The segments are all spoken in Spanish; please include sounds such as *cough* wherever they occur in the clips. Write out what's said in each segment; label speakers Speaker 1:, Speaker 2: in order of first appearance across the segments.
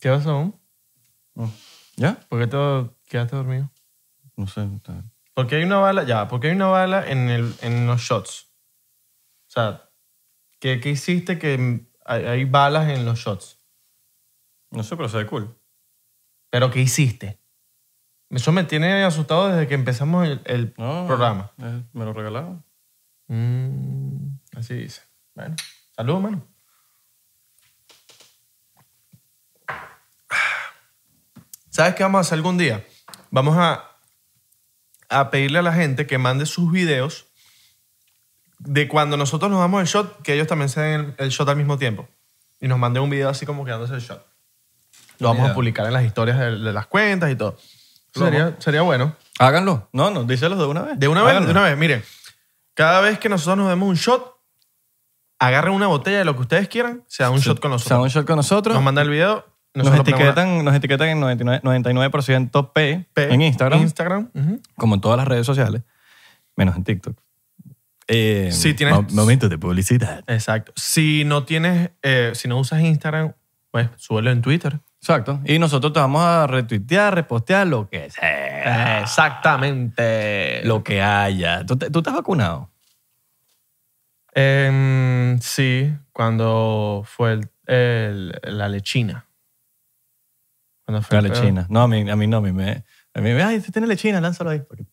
Speaker 1: ¿Qué vas aún?
Speaker 2: ¿Ya?
Speaker 1: ¿Por qué te quedaste dormido?
Speaker 2: No sé. está-
Speaker 1: Porque hay una bala, ya, porque hay una bala en, el, en los shots. O sea, ¿qué, qué hiciste que mm, hay, hay balas en los shots?
Speaker 2: No sé, pero se ve cool.
Speaker 1: ¿Pero qué hiciste? Eso me tiene asustado desde que empezamos el, el
Speaker 2: No,
Speaker 1: programa.
Speaker 2: eh, me lo regalaron.
Speaker 1: Mm, así dice. Bueno, salud, mano. ¿Sabes qué vamos a hacer algún día? Vamos a, a pedirle a la gente que mande sus videos de cuando nosotros nos damos el shot, que ellos también se den el, el shot al mismo tiempo. Y nos manden un video así como quedándose el shot. Lo vamos a
Speaker 2: Mira.
Speaker 1: publicar en las historias de, de las cuentas y todo.
Speaker 2: Lo vamos-
Speaker 1: Sería, sería bueno.
Speaker 2: Háganlo. No, no, díselos de una vez.
Speaker 1: De una vez,
Speaker 2: Háganlo.
Speaker 1: de una vez, miren. Cada vez que nosotros nos demos un shot, agarren una botella de lo que ustedes quieran, se da un shot con
Speaker 2: Se dan
Speaker 1: nosotros.
Speaker 2: un shot con nosotros.
Speaker 1: Nos manda el video,
Speaker 2: Nos
Speaker 1: nosotros ponemos la-
Speaker 2: etiquetan, nos etiquetan en 99%, 99% P,
Speaker 1: P,
Speaker 2: en Instagram,
Speaker 1: Instagram. ujú.
Speaker 2: como en todas las redes sociales, menos en TikTok. Eh,
Speaker 1: Sí, tienes-
Speaker 2: mo- Momentos de publicidad.
Speaker 1: Exacto. Si no tienes, eh, si no usas Instagram, pues súbelo en Twitter.
Speaker 2: Exacto. Y nosotros te vamos a retuitear, repostear, lo que sea.
Speaker 1: Exactamente.
Speaker 2: Lo que haya. ¿Tú, te- tú estás vacunado?
Speaker 1: Em, sí, cuando fue el- el- la lechina. Cuando fue
Speaker 2: La
Speaker 1: el pedo.
Speaker 2: lechina. No, a mí, a mí no. A mí me, a mí me ay, si tiene lechina, lánzalo ahí. Porque-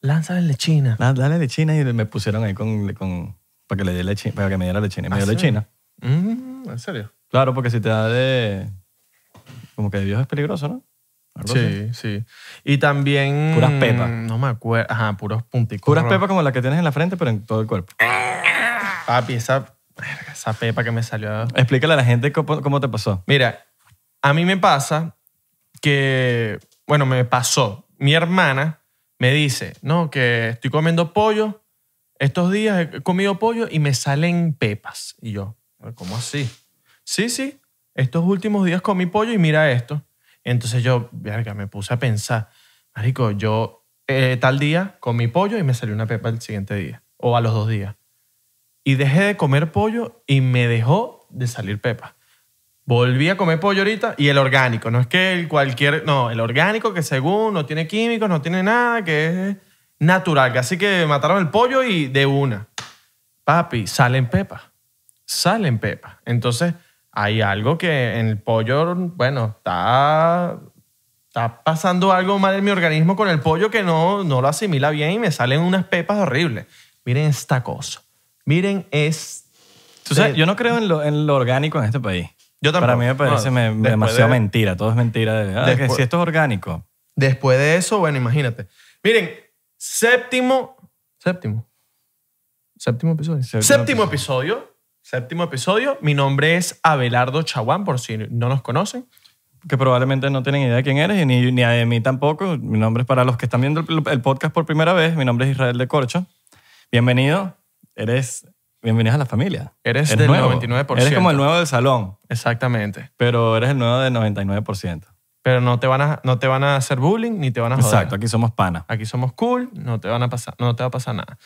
Speaker 1: Lanza la lechina.
Speaker 2: la- Ah, Dale lechina y me pusieron ahí con, con- para que le dé lechi- para que me diera lechina. Y Me
Speaker 1: ¿Ah,
Speaker 2: dio
Speaker 1: sí?
Speaker 2: lechina.
Speaker 1: Mm, ¿En serio?
Speaker 2: Claro, porque si te da de... Como que de Dios es peligroso, ¿no? Algo así.
Speaker 1: Sí, sí. Y también.
Speaker 2: Puras pepas.
Speaker 1: No me acuerdo. Ajá, puros punticos.
Speaker 2: Puras
Speaker 1: rojos.
Speaker 2: pepas como las que tienes en la frente, pero en todo el cuerpo.
Speaker 1: Papi, esa, verga, esa pepa que me salió.
Speaker 2: Explícale a la gente cómo, cómo te pasó.
Speaker 1: Mira, a mí me pasa que. Bueno, me pasó. Mi hermana me dice, no, que estoy comiendo pollo. Estos días he comido pollo y me salen pepas. Y yo, ¿cómo así? Sí, sí. Estos últimos días comí pollo y mira esto. Entonces yo, verga, me puse a pensar, marico, yo eh, tal día comí pollo y me salió una pepa el siguiente día o a los dos días. Y dejé de comer pollo y me dejó de salir pepa. Volví a comer pollo ahorita y el orgánico, no es que el cualquier, no, el orgánico que según no tiene químicos, no tiene nada, que es natural, que así que mataron el pollo y de una. Papi, salen pepas, salen pepas. Entonces, hay algo que en el pollo, bueno, está, está pasando algo mal en mi organismo con el pollo que no, no lo asimila bien y me salen unas pepas horribles. Miren esta cosa, miren es...
Speaker 2: Tú sabes, yo no creo en lo, en lo orgánico en este país.
Speaker 1: Yo tampoco.
Speaker 2: Para mí me parece
Speaker 1: No,
Speaker 2: me-
Speaker 1: después
Speaker 2: demasiado
Speaker 1: de-
Speaker 2: mentira. Todo es mentira. de, ah, que
Speaker 1: Después-
Speaker 2: si esto es orgánico.
Speaker 1: Después de eso, bueno, imagínate. Miren, séptimo. Séptimo. Séptimo episodio.
Speaker 2: Séptimo
Speaker 1: Séptimo, episodio. Séptimo episodio. Mi nombre es Abelardo Chaguán, por si no nos conocen.
Speaker 2: Que probablemente no tienen idea de quién eres y ni, ni de mí tampoco. Mi nombre es para los que están viendo el, el podcast por primera vez. Mi nombre es Israel de Corcho. Bienvenido. Eres. Bienvenido a la familia.
Speaker 1: Eres del
Speaker 2: nuevo.
Speaker 1: 99%.
Speaker 2: Eres como el nuevo del salón,
Speaker 1: Exactamente.
Speaker 2: pero eres el nuevo del 99%.
Speaker 1: Pero no te van a, no te van a hacer bullying ni te van a Ah, joder.
Speaker 2: Exacto, aquí somos panas.
Speaker 1: Aquí somos cool, no te, van a pasar, no te va a pasar nada.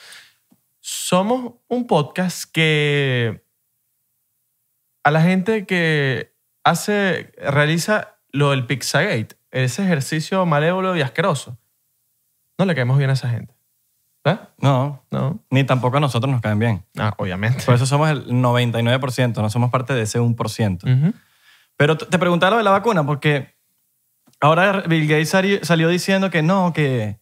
Speaker 1: Somos un podcast que a la gente que hace, realiza lo del Pixagate, ese ejercicio malévolo y asqueroso, no le caemos bien a esa gente. ¿Verdad?
Speaker 2: No,
Speaker 1: No.
Speaker 2: ni tampoco a nosotros nos caen bien.
Speaker 1: Ah, obviamente.
Speaker 2: Por eso somos el 99%, no somos parte de ese 1%.
Speaker 1: Ujú.
Speaker 2: Pero t- te preguntaba lo de la vacuna, porque ahora Bill Gates sali- salió diciendo que no, que,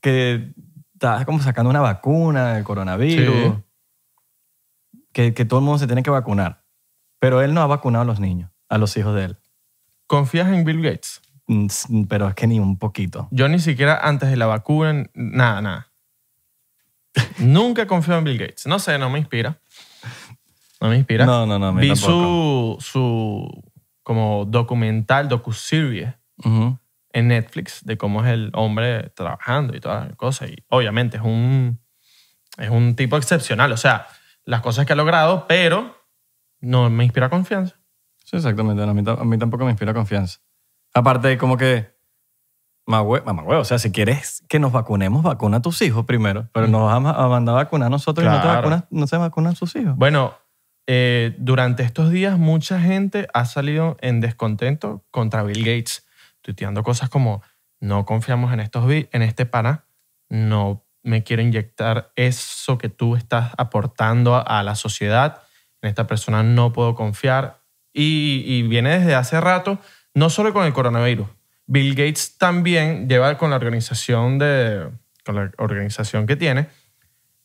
Speaker 2: que está como sacando una vacuna del coronavirus, que, que todo el mundo se tiene que vacunar. Pero él no ha vacunado a los niños, a los hijos de él.
Speaker 1: ¿Confías en Bill Gates?
Speaker 2: Mm, s- Pero es que ni un poquito.
Speaker 1: Yo ni siquiera antes de la vacuna, nada, nada. Nunca confío en Bill Gates. No sé, no me inspira. No me inspira.
Speaker 2: No, no, no, a mí
Speaker 1: Vi
Speaker 2: tampoco.
Speaker 1: su, su como documental, docuserie
Speaker 2: Ujú.
Speaker 1: en Netflix de cómo es el hombre trabajando y todas las cosas. Y obviamente es un, es un tipo excepcional. O sea, las cosas que ha logrado, pero no me inspira confianza.
Speaker 2: Sí, exactamente. no, A mí, ta- a mí tampoco me inspira confianza. Aparte, como que. Mamá huevo, o sea, si quieres que nos vacunemos, vacuna a tus hijos primero. Pero nos vas a ma- a mandar a vacunar a nosotros y no, te
Speaker 1: Claro.
Speaker 2: vacunas, no se vacunan sus hijos.
Speaker 1: Bueno, eh, durante estos días mucha gente ha salido en descontento contra Bill Gates, tuiteando cosas como no confiamos en, estos, vi- en este pana, no me quiero inyectar eso que tú estás aportando a, a la sociedad, en esta persona no puedo confiar. Y, y viene desde hace rato, no solo con el coronavirus. Bill Gates también lleva con la organización, de, con la organización que tiene,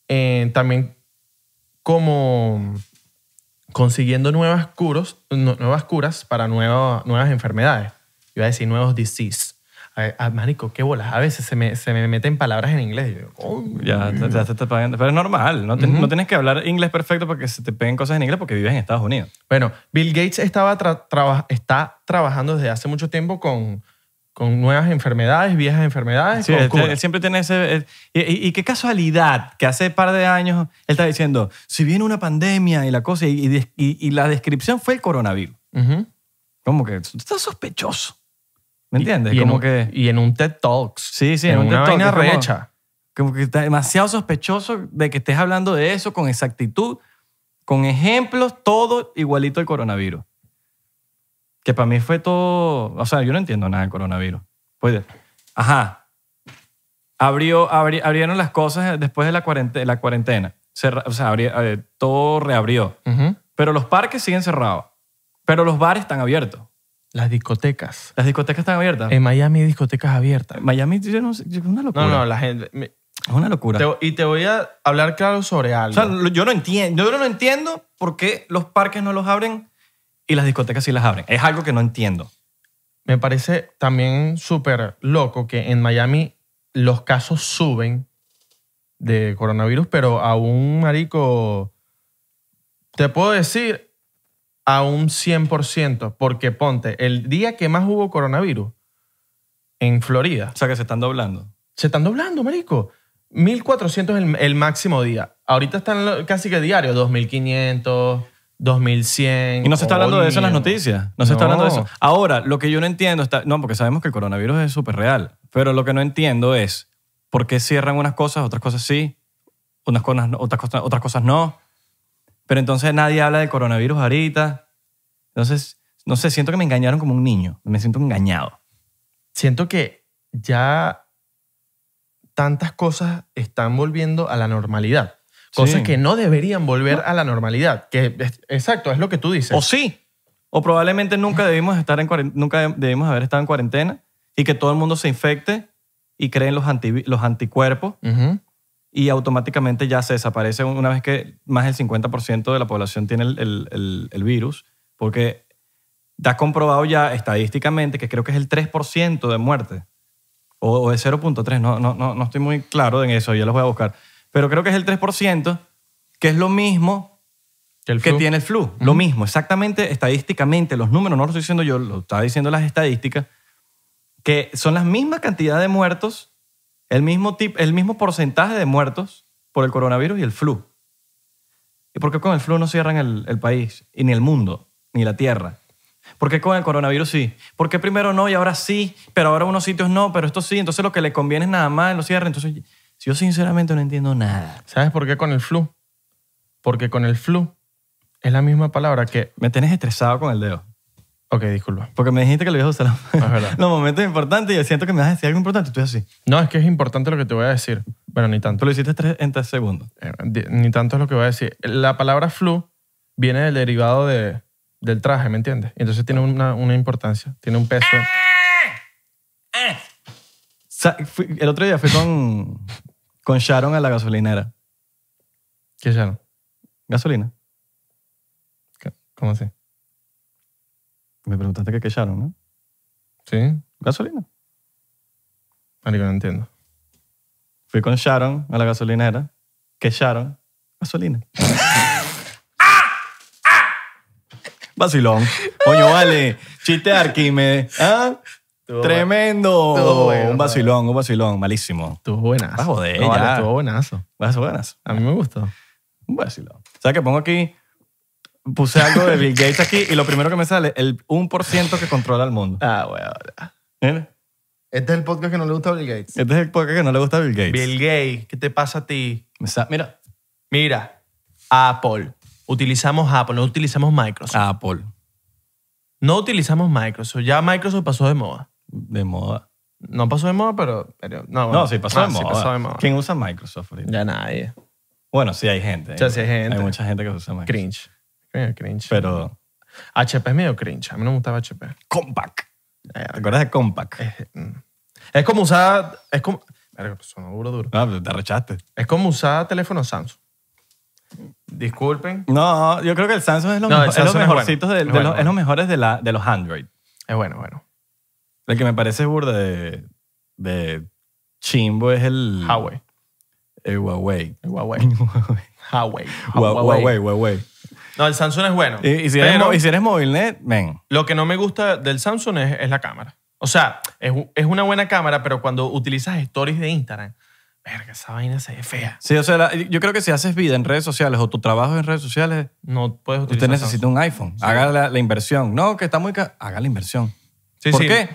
Speaker 1: eh, también como consiguiendo nuevas curas, nuevas curas para nueva- nuevas enfermedades. Iba a decir nuevos disease. A ver, ah, marico, qué bolas. A veces se me, se me meten palabras en inglés. Yo digo, "Coño".
Speaker 2: Ya, te- ya se te pagan. Pero es normal. No, te- no tienes que hablar inglés perfecto para que se te peguen cosas en inglés porque vives en Estados Unidos.
Speaker 1: Bueno, Bill Gates estaba tra- traba- está trabajando desde hace mucho tiempo con, con nuevas enfermedades, viejas enfermedades.
Speaker 2: Sí,
Speaker 1: con
Speaker 2: él,
Speaker 1: curas.
Speaker 2: él siempre tiene ese... él- y, y- y qué casualidad que hace par de años él está diciendo, si viene una pandemia y la cosa, y, y des- y- y la descripción fue el coronavirus.
Speaker 1: Ujú.
Speaker 2: Como que tú estás sospechoso. ¿Me
Speaker 1: Y-
Speaker 2: entiendes?
Speaker 1: Y, en
Speaker 2: como
Speaker 1: un,
Speaker 2: que...
Speaker 1: y en un TED Talks.
Speaker 2: Sí, sí,
Speaker 1: en,
Speaker 2: en un
Speaker 1: una
Speaker 2: TED Talk,
Speaker 1: vaina
Speaker 2: es como-
Speaker 1: rehecha.
Speaker 2: Como que está demasiado sospechoso de que estés hablando de eso con exactitud, con ejemplos, todo igualito al coronavirus. Que para mí fue todo... O sea, yo no entiendo nada del coronavirus. Pues, ajá. Abrió, abri- abrieron las cosas después de la cuarentena. La cuarentena. Cerra- o sea, abri- eh, todo reabrió.
Speaker 1: Ujú.
Speaker 2: Pero los parques siguen cerrados. Pero los bares están abiertos.
Speaker 1: Las discotecas.
Speaker 2: Las discotecas están abiertas.
Speaker 1: En Miami, discotecas abiertas.
Speaker 2: Miami yo no sé, es una locura.
Speaker 1: No, no, la gente. me-
Speaker 2: Es una locura.
Speaker 1: te- y te voy a hablar claro sobre
Speaker 2: O
Speaker 1: algo.
Speaker 2: sea, lo- yo no entiendo. Yo no entiendo por qué los parques no los abren y las discotecas sí las abren. Es algo que no entiendo.
Speaker 1: me parece también súper loco que en Miami los casos suben de coronavirus, pero a un marico, te puedo decir, a un 100%, porque ponte, el día que más hubo coronavirus en Florida,
Speaker 2: O sea, que se están doblando.
Speaker 1: se están doblando, marico. 1400 el, el máximo día. Ahorita están lo- casi que diario, 2500, 2100.
Speaker 2: Y no se está hablando de eso en las
Speaker 1: coño.
Speaker 2: noticias. No se está
Speaker 1: No.
Speaker 2: hablando de eso. Ahora, lo que yo no entiendo está. No, porque sabemos que el coronavirus es súper real. Pero lo que no entiendo es por qué cierran unas cosas, otras cosas sí, unas cosas, no- otras, cosas, otras cosas no. Pero entonces nadie habla de coronavirus ahorita. Entonces, no sé, siento que me engañaron como un niño. Me siento engañado.
Speaker 1: siento que ya tantas cosas están volviendo a la normalidad. Cosas
Speaker 2: Sí.
Speaker 1: que no deberían volver a la normalidad. Que es- exacto, es lo que tú dices.
Speaker 2: O sí. O probablemente nunca debimos, estar en cuaren- nunca debimos haber estado en cuarentena y que todo el mundo se infecte y creen los, anti- los anticuerpos
Speaker 1: Ujú.
Speaker 2: y automáticamente ya se desaparece una vez que más del 50% de la población tiene el, el- el- el virus. Porque está comprobado ya estadísticamente que creo que es el 3% de muerte. O, o es 0.3, no, no, no, no estoy muy claro en eso, ya los voy a buscar. Pero creo que es el 3%, que es lo mismo
Speaker 1: Que el
Speaker 2: que
Speaker 1: flu-
Speaker 2: tiene el flu. Lo mismo, exactamente estadísticamente, los números, no lo estoy diciendo yo, lo está diciendo las estadísticas, que son la misma cantidad de muertos, el mismo, tip, el mismo porcentaje de muertos por el coronavirus y el flu. ¿Y por qué con el flu no cierran el, el país, y ni el mundo, ni la tierra? ¿Por qué con el coronavirus sí? ¿Por qué primero no y ahora sí? Pero ahora unos sitios no, pero esto sí. Entonces lo que le conviene es nada más, lo cierran. Entonces yo sinceramente no entiendo nada.
Speaker 1: ¿Sabes por qué con el flu? Porque con el flu es la misma palabra que...
Speaker 2: Me tenés estresado con el dedo.
Speaker 1: Ok, disculpa.
Speaker 2: Porque me dijiste que lo ibas a usar
Speaker 1: Es verdad.
Speaker 2: *laughs* los momentos importantes y yo siento que me vas a decir algo importante y tú así.
Speaker 1: No, es que es importante lo que te voy a decir. Bueno, ni tanto.
Speaker 2: Tú lo hiciste tres- en tres segundos.
Speaker 1: Eh, di- Ni tanto es lo que voy a decir. La palabra flu viene del derivado de, del traje, ¿me entiendes? Entonces tiene una, una importancia, tiene un peso.
Speaker 2: Sa- fui- el otro día fui con, *laughs* con Sharon a la gasolinera.
Speaker 1: ¿Qué ya no?
Speaker 2: ¿Gasolina?
Speaker 1: ¿Qué? ¿Cómo así?
Speaker 2: Me preguntaste que qué Sharon, ¿no?
Speaker 1: ¿Sí?
Speaker 2: ¿Gasolina?
Speaker 1: Marico, no entiendo.
Speaker 2: Fui con Sharon a la gasolinera. ¿Qué Sharon? Gasolina. *laughs* ¡Ah! Vacilón. Coño, vale. Chiste de Arquímedes. ¿Ah?
Speaker 1: Estuvo
Speaker 2: Tremendo.
Speaker 1: Estuvo bueno,
Speaker 2: un vacilón, un vacilón. Malísimo.
Speaker 1: Estuvo buenazo.
Speaker 2: Ah, joder,
Speaker 1: No, vale,
Speaker 2: ya.
Speaker 1: estuvo buenazo.
Speaker 2: Buenas, buenas.
Speaker 1: A mí me gustó.
Speaker 2: Un vacilón. O sea, que pongo aquí, puse algo de Bill Gates aquí y lo primero que me sale, el 1% que controla el mundo.
Speaker 1: Ah, bueno.
Speaker 2: Mira,
Speaker 1: Este es el podcast que no le gusta a Bill Gates.
Speaker 2: Este es el podcast que no le gusta a Bill Gates.
Speaker 1: Bill Gates, ¿qué te pasa a ti?
Speaker 2: Me sa- Mira,
Speaker 1: Mira, Apple. Utilizamos Apple, no utilizamos Microsoft.
Speaker 2: Apple,
Speaker 1: No utilizamos Microsoft. Ya Microsoft pasó de moda.
Speaker 2: de moda.
Speaker 1: No pasó de moda, pero. pero- no, bueno.
Speaker 2: No, sí, pasó,
Speaker 1: Ah,
Speaker 2: de, moda.
Speaker 1: pasó de moda.
Speaker 2: ¿Quién usa Microsoft ahorita?
Speaker 1: Ya nadie.
Speaker 2: Bueno, sí hay gente.
Speaker 1: O sea, sí hay gente.
Speaker 2: mucha gente que usa Microsoft.
Speaker 1: Cringe. Medio cringe.
Speaker 2: Pero
Speaker 1: HP es medio cringe. A mí no me gustaba HP.
Speaker 2: Compact. ¿Te
Speaker 1: Eh,
Speaker 2: acuerdas de Compact?
Speaker 1: mm. Es como usar. Es como. Verga, Sonó duro, duro.
Speaker 2: Ah, pero te arrechaste.
Speaker 1: Es como usar teléfono Samsung. Disculpen.
Speaker 2: No, yo creo que el Samsung es lo,
Speaker 1: No, el
Speaker 2: mejor- es
Speaker 1: Samsung
Speaker 2: lo
Speaker 1: es bueno.
Speaker 2: mejorcito de,
Speaker 1: Es
Speaker 2: de
Speaker 1: bueno,
Speaker 2: los-
Speaker 1: bueno.
Speaker 2: es lo mejores de, la, de los Android.
Speaker 1: Es bueno, bueno.
Speaker 2: El que me parece burda de, de chimbo es el
Speaker 1: Huawei.
Speaker 2: el Eh, Huawei.
Speaker 1: El Huawei.
Speaker 2: *laughs* Huawei.
Speaker 1: *laughs* Huawei.
Speaker 2: Huawei, Huawei.
Speaker 1: No, el Samsung es bueno.
Speaker 2: Y, y si, eres,
Speaker 1: pero
Speaker 2: mo- y si eres movilnet, men.
Speaker 1: lo que no me gusta del Samsung es, es la cámara. O sea, es, u- es una buena cámara, pero cuando utilizas stories de Instagram, verga, esa vaina se ve fea.
Speaker 2: Sí, o sea, la- yo creo que si haces vida en redes sociales o tu trabajo en redes sociales,
Speaker 1: No puedes
Speaker 2: usted
Speaker 1: utilizar
Speaker 2: necesita
Speaker 1: Samsung.
Speaker 2: un iPhone. Haga la, la inversión. No, que está muy caro. Haga la inversión.
Speaker 1: Sí,
Speaker 2: ¿Por
Speaker 1: sí.
Speaker 2: qué?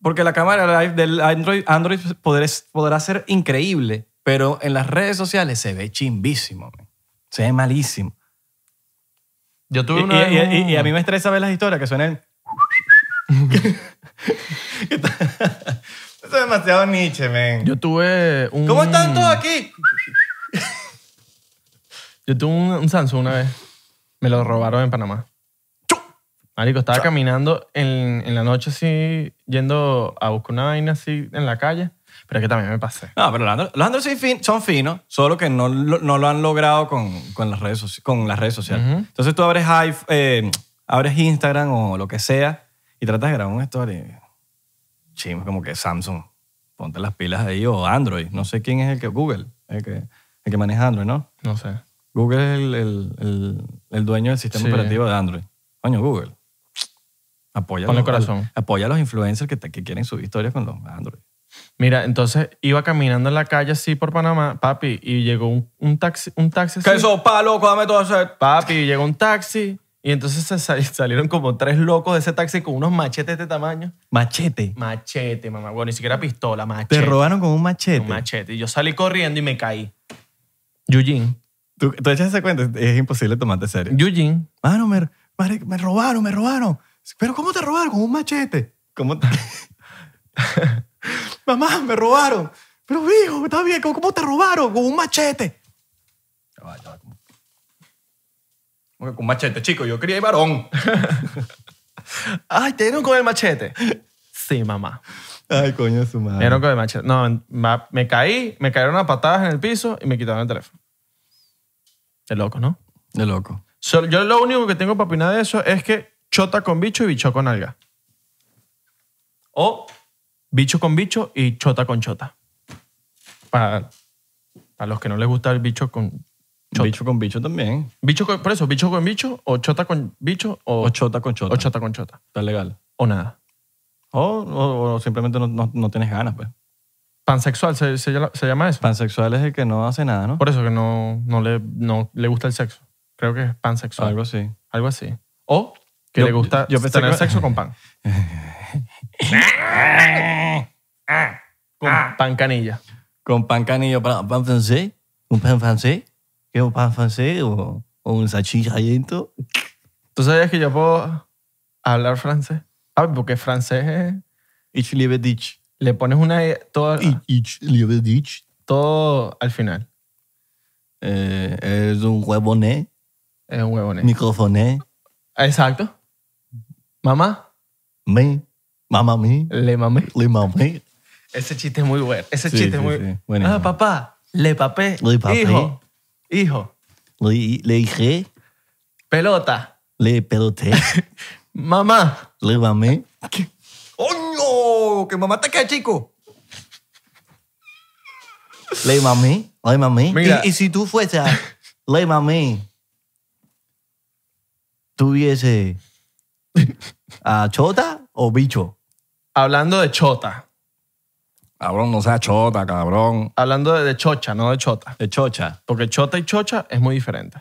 Speaker 2: Porque la cámara live del Android, Android podrá, podrá ser increíble, pero en las redes sociales se ve chimbísimo. men. Se ve malísimo.
Speaker 1: Yo tuve
Speaker 2: Y,
Speaker 1: una
Speaker 2: y-
Speaker 1: vez
Speaker 2: y-
Speaker 1: un-
Speaker 2: y a mí me estresa ver las historias que suenan. Eso es demasiado niche, men.
Speaker 1: Yo tuve un...
Speaker 2: ¿Cómo están todos aquí?
Speaker 1: Yo tuve un, un Samsung una vez. Me lo robaron en Panamá. Marico, estaba caminando en, en la noche así, yendo a buscar una vaina así en la calle. Pero es que también me pasé.
Speaker 2: No, pero los Android, los Android son, fin- son finos, solo que no, lo- no lo han logrado con, con las, redes, soci- con las redes sociales.
Speaker 1: Ujú.
Speaker 2: Entonces tú abres, iPh- eh, abres Instagram o lo que sea y tratas de grabar una story. Chimo, como que Samsung, ponte las pilas ahí o Android. No sé quién es el que, Google, el que, el que maneja Android, ¿no?
Speaker 1: No sé.
Speaker 2: Google es el, el- el- el dueño del sistema
Speaker 1: Sí.
Speaker 2: operativo de Android. Coño, Google. Apoya,
Speaker 1: Ponle
Speaker 2: los-
Speaker 1: corazón.
Speaker 2: apoya a los influencers que, te- que quieren subir historias con los Android.
Speaker 1: Mira, entonces iba caminando en la calle así por Panamá, papi, y llegó un, un taxi, un taxi así.
Speaker 2: sopa, loco, dame todo eso.
Speaker 1: Papi, y llegó un taxi y entonces se sal- *laughs* salieron como tres locos de ese taxi con unos machetes de este tamaño.
Speaker 2: Machete.
Speaker 1: Machete, mamá. Bueno, ni siquiera pistola, machete.
Speaker 2: Te robaron con un machete.
Speaker 1: Un machete. Y yo salí corriendo y me caí. Yujin.
Speaker 2: ¿Tú, tú echas esa cuenta, es imposible tomarte serio.
Speaker 1: Yujin.
Speaker 2: Mano, me, mari- me robaron, me robaron. ¿Pero cómo te robaron? Con un machete. ¿Cómo te- *laughs* Mamá, me robaron. Pero hijo, está bien, ¿cómo, cómo te robaron? Con un machete. Ya va, ya va, ¿cómo? ¿Cómo que Con un machete, chico, yo quería ir varón.
Speaker 1: Ay, te dieron con el machete. Sí, mamá.
Speaker 2: *laughs* Ay, coño, de su
Speaker 1: Me
Speaker 2: madre.
Speaker 1: dieron con el machete. No, ma- me caí, me cayeron a patadas en el piso y me quitaron el teléfono. Qué loco, ¿no?
Speaker 2: De loco.
Speaker 1: So- yo lo único que tengo para opinar de eso es que chota con bicho y bicho con alga. O bicho con bicho y chota con chota. Para, para los que no les gusta el bicho con... Chota.
Speaker 2: Bicho con bicho también.
Speaker 1: bicho con- por eso, bicho con bicho o chota con bicho o,
Speaker 2: O chota con chota.
Speaker 1: o chota con chota.
Speaker 2: Está legal.
Speaker 1: O nada.
Speaker 2: O, o- o simplemente no, no- no tienes ganas, pues.
Speaker 1: Pansexual, ¿se, se llama- se llama eso?
Speaker 2: Pansexual es el que no hace nada, ¿no?
Speaker 1: Por eso que no, no, le, no le gusta el sexo. Creo que es pansexual. Algo,
Speaker 2: Algo *laughs* así.
Speaker 1: así. O que
Speaker 2: Yo-
Speaker 1: le gusta
Speaker 2: yo pensé
Speaker 1: tener
Speaker 2: que-
Speaker 1: sexo con pan.
Speaker 2: Ah.
Speaker 1: con pan canilla.
Speaker 2: Con pan canillo, pan, pan francés. Un pan francés. ¿Qué es un pan francés? O, o un salchicha yento.
Speaker 1: ¿Tú sabías que yo puedo hablar francés? Ah, porque francés es-
Speaker 2: Ich liebe dich.
Speaker 1: le pones una E todo,
Speaker 2: Ich, ich liebe dich.
Speaker 1: todo al final.
Speaker 2: Eh, es un huevoné.
Speaker 1: Es un huevón.
Speaker 2: Microfoné.
Speaker 1: Exacto. Mamá,
Speaker 2: Me. Mamá me.
Speaker 1: le mamé.
Speaker 2: Le mamé.
Speaker 1: Ese chiste es muy bueno. Ese
Speaker 2: Sí,
Speaker 1: chiste
Speaker 2: sí,
Speaker 1: es muy.
Speaker 2: sí. Buenísimo.
Speaker 1: Ah, papá, le papé.
Speaker 2: Le papé.
Speaker 1: Hijo, hijo,
Speaker 2: Le, le dije.
Speaker 1: pelota,
Speaker 2: Le peloté.
Speaker 1: mamá.
Speaker 2: le mamé. ¡Oño! ¡Que mamá te queda, chico! Le mamé. Le mamé.
Speaker 1: Mira.
Speaker 2: Y, y si tú fueras le mamé, tuviese a chota o bicho.
Speaker 1: Hablando de chota,
Speaker 2: Cabrón, no sea chota, cabrón.
Speaker 1: hablando de, de chocha, no de chota.
Speaker 2: De chocha.
Speaker 1: Porque chota y chocha es muy diferente.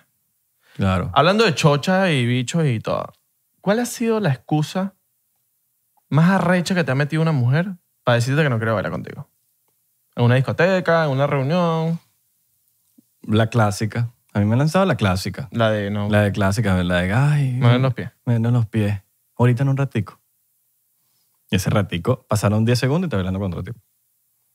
Speaker 2: Claro.
Speaker 1: Hablando de chocha y bichos y todo, ¿cuál ha sido la excusa más arrecha que te ha metido una mujer para decirte que no quiere bailar contigo? En una discoteca, en una reunión.
Speaker 2: La clásica. A mí me han lanzado la clásica.
Speaker 1: La de no.
Speaker 2: La de clásica, la de, ay,
Speaker 1: Mover los pies.
Speaker 2: me duelen los pies. Ahorita en un ratico. Y ese ratico pasaron 10 segundos y estaba hablando con otro tipo.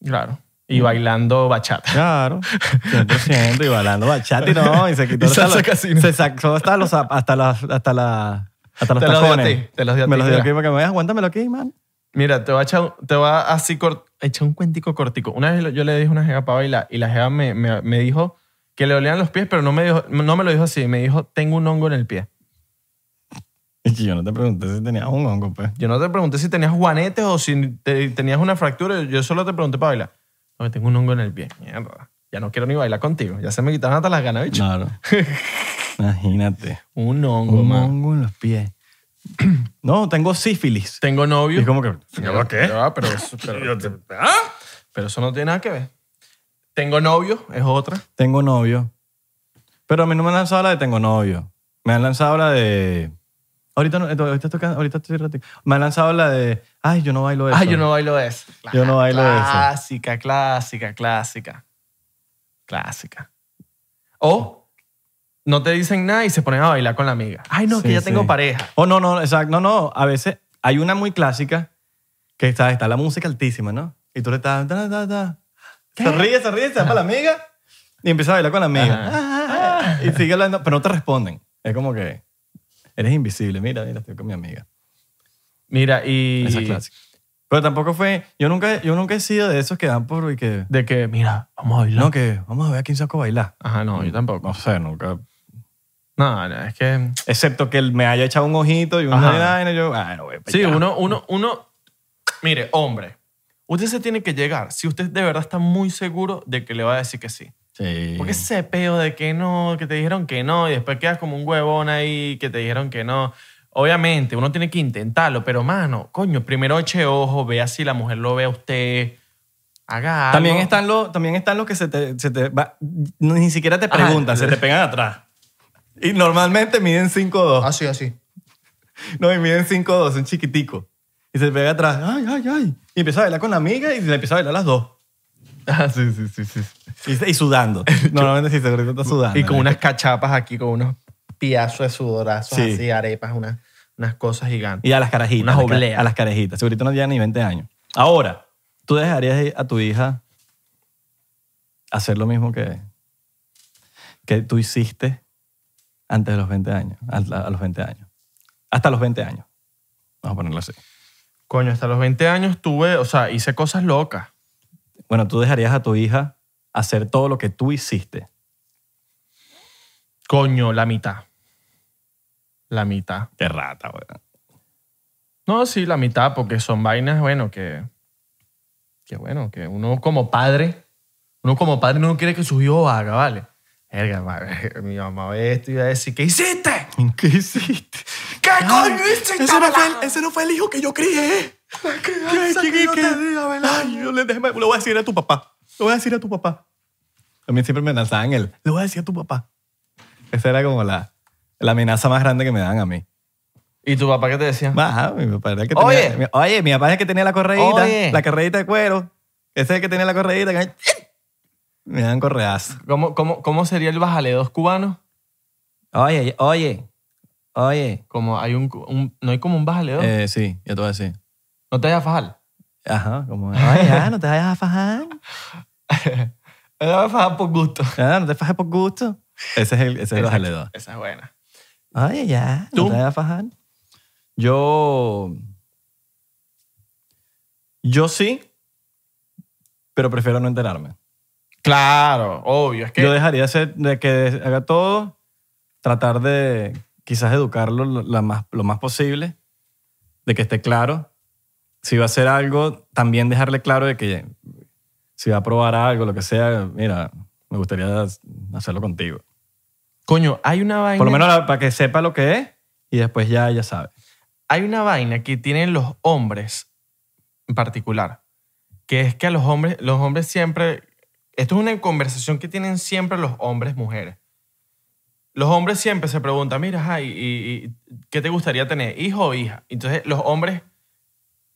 Speaker 1: Claro. Y bailando bachata.
Speaker 2: Claro, 100%, y bailando bachata y no, y se
Speaker 1: *laughs*
Speaker 2: quitó
Speaker 1: Y
Speaker 2: hasta
Speaker 1: salsa
Speaker 2: los-
Speaker 1: casino.
Speaker 2: Se sacó hasta los, zap- hasta las- hasta la, hasta los
Speaker 1: Te los dio a
Speaker 2: tacones.
Speaker 1: ti, te los dio a
Speaker 2: me
Speaker 1: ti,
Speaker 2: los dio
Speaker 1: mira.
Speaker 2: aquí para que me veas, aguántamelo aquí, man.
Speaker 1: Mira, te voy a echar, te voy a así cort- echar un cuentico cortico. Una vez yo le dije a una jega para bailar y la jega me, me- me dijo que le olían los pies, pero no me, dijo- no me lo dijo así. Me dijo, tengo un hongo en el pie.
Speaker 2: Y que yo no te pregunté si tenías un hongo, pues.
Speaker 1: Yo no te pregunté si tenías juanetes o si te- tenías una fractura. Yo solo te pregunté para bailar. No, tengo un hongo en el pie. Mierda. Ya no quiero ni bailar contigo. Ya se me quitaron hasta las ganas, bicho.
Speaker 2: Claro.
Speaker 1: *laughs*
Speaker 2: Imagínate.
Speaker 1: Un hongo,
Speaker 2: Un
Speaker 1: man.
Speaker 2: hongo en los pies. *clears throat* No, tengo sífilis.
Speaker 1: Tengo novio.
Speaker 2: Y es como que, ¿yo qué? ¿Ah?
Speaker 1: Ya va, pero, eso,
Speaker 2: *laughs*
Speaker 1: pero- pero eso no tiene nada que ver. Tengo novio, es otra.
Speaker 2: Tengo novio. Pero a mí no me han lanzado la de tengo novio. Me han lanzado la de... Ahorita, no, ahorita, estoy, can- ahorita estoy ratito. Me han lanzado la de... Ay, yo no bailo eso.
Speaker 1: Ah, yo no bailo de eso.
Speaker 2: Pues Yo no bailo de eso.
Speaker 1: Clásica, clásica, clásica. Clásica. O no te dicen nada y se ponen a bailar con la amiga. Ay, no,
Speaker 2: Sí,
Speaker 1: que ya tengo
Speaker 2: sí.
Speaker 1: pareja.
Speaker 2: Oh, no, no, exacto. No, no. A veces hay una muy clásica que está, está la música altísima, ¿no? Y tú le estás... ta, ta, ta. Se ríe, se ríe, se va para la amiga y empieza a bailar con la amiga. Ah, Y sigue hablando, pero no te responden. Es como que eres invisible. Mira, mira, estoy con mi amiga.
Speaker 1: Mira, y.
Speaker 2: Esa es clásica. Pero tampoco fue... Yo nunca, yo nunca he sido de esos que dan por... Y que,
Speaker 1: De que, mira, vamos a bailar.
Speaker 2: no, que vamos a ver a quién saco a bailar.
Speaker 1: Ajá, no, yo tampoco.
Speaker 2: No sé, nunca.
Speaker 1: No, no, es que.
Speaker 2: Excepto que él me haya echado un ojito y una
Speaker 1: Ajá.
Speaker 2: vaina. Yo, ah, no voy pa'
Speaker 1: Sí,
Speaker 2: allá.
Speaker 1: uno, uno, uno. Mire, hombre, usted se tiene que llegar si usted de verdad está muy seguro de que le va a decir que sí.
Speaker 2: Sí.
Speaker 1: Porque ese peo de que no, que te dijeron que no, y después quedas como un huevón ahí que te dijeron que no. Obviamente, uno tiene que intentarlo, pero mano, coño, primero eche ojo, vea si la mujer lo ve a usted, haga algo.
Speaker 2: También están, los, también están los que se te, se te va- ni siquiera te
Speaker 1: Ajá.
Speaker 2: preguntan, se te pegan atrás. Y normalmente miden 5'2.
Speaker 1: Así, así.
Speaker 2: No, y miden 5'2, son chiquiticos. Y se te pega atrás, ay, ay, ay. Y empieza a bailar con la amiga y le empieza a bailar a las dos.
Speaker 1: *laughs* Ah, sí, sí, sí, sí.
Speaker 2: Y, y sudando.
Speaker 1: *laughs*
Speaker 2: Normalmente si se grita está sudando.
Speaker 1: Y con unas cachapas aquí, con unos piazos de sudorazos
Speaker 2: Sí.
Speaker 1: así, arepas, unas, unas cosas gigantes.
Speaker 2: Y a las carajitas.
Speaker 1: Unas
Speaker 2: a las ca-
Speaker 1: obleas.
Speaker 2: A las carajitas. Segurito no llegan ni 20 años. Ahora, ¿tú dejarías ir a tu hija hacer lo mismo que, que tú hiciste antes de los 20 años? A, la- a los 20 años. Hasta los 20 años. Vamos a ponerlo así.
Speaker 1: Coño, hasta los 20 años tuve, o sea, hice cosas locas.
Speaker 2: Bueno, ¿tú dejarías a tu hija hacer todo lo que tú hiciste?
Speaker 1: Coño, la mitad. La mitad.
Speaker 2: Qué rata, weón.
Speaker 1: No, sí, la mitad, porque son vainas, bueno, que. Que bueno, que uno como padre. Uno como padre no quiere que su hijo haga, ¿vale? Verga, madre, *laughs* mi mamá ve esto y va a decir: ¿Qué hiciste?
Speaker 2: ¿Qué hiciste?
Speaker 1: ¿Qué coño hiciste? cabrón?"
Speaker 2: no fue el hijo que yo crié. ¿Qué, qué, qué? Ay, yo le, déjame- le voy a decir a tu papá. Le voy a decir a tu papá. A mí siempre me lanzaban él. Le voy a decir a tu papá. Esa era como la, la amenaza más grande que me daban a mí.
Speaker 1: ¿Y tu papá qué te decía?
Speaker 2: Ajá, mi papá era el que tenía,
Speaker 1: Oye.
Speaker 2: mi- oye, mi papá es el que tenía la correíta,
Speaker 1: Oye.
Speaker 2: la correíta de cuero. Ese es el que tenía la correíta. que- Me dan correazo.
Speaker 1: ¿Cómo, cómo, cómo sería el bajale dos cubano?
Speaker 2: Oye, oye, oye.
Speaker 1: Como hay un, cu- un- no hay como un bajale dos.
Speaker 2: Eh, sí, yo te voy a decir.
Speaker 1: No te vayas a fajar.
Speaker 2: Ajá, como, oye, ah, no te vayas a fajar.
Speaker 1: No te vayas a fajar por gusto.
Speaker 2: Ah, no te fajes por gusto. Ese es el, ese es el
Speaker 1: Exacto.
Speaker 2: bájale dos.
Speaker 1: Esa es buena.
Speaker 2: Oye, ya.
Speaker 1: ¿Tú?
Speaker 2: ¿No te vas a fajar? Yo. Yo sí, pero prefiero no enterarme.
Speaker 1: Claro, obvio. Es que
Speaker 2: Yo dejaría hacer- de que haga todo, tratar de quizás educarlo lo, la más, lo más posible, de que esté claro. Si va a hacer algo, también dejarle claro de que si va a probar algo, lo que sea, mira, me gustaría hacerlo contigo.
Speaker 1: Coño, hay una vaina.
Speaker 2: Por lo menos la- para que sepa lo que es y después ya ya sabe.
Speaker 1: Hay una vaina que tienen los hombres en particular, que es que a los hombres, los hombres siempre. Esto es una conversación que tienen siempre los hombres, mujeres. Los hombres siempre se preguntan, mira, ajá, y, y- y ¿qué te gustaría tener? ¿Hijo o hija? Entonces, los hombres,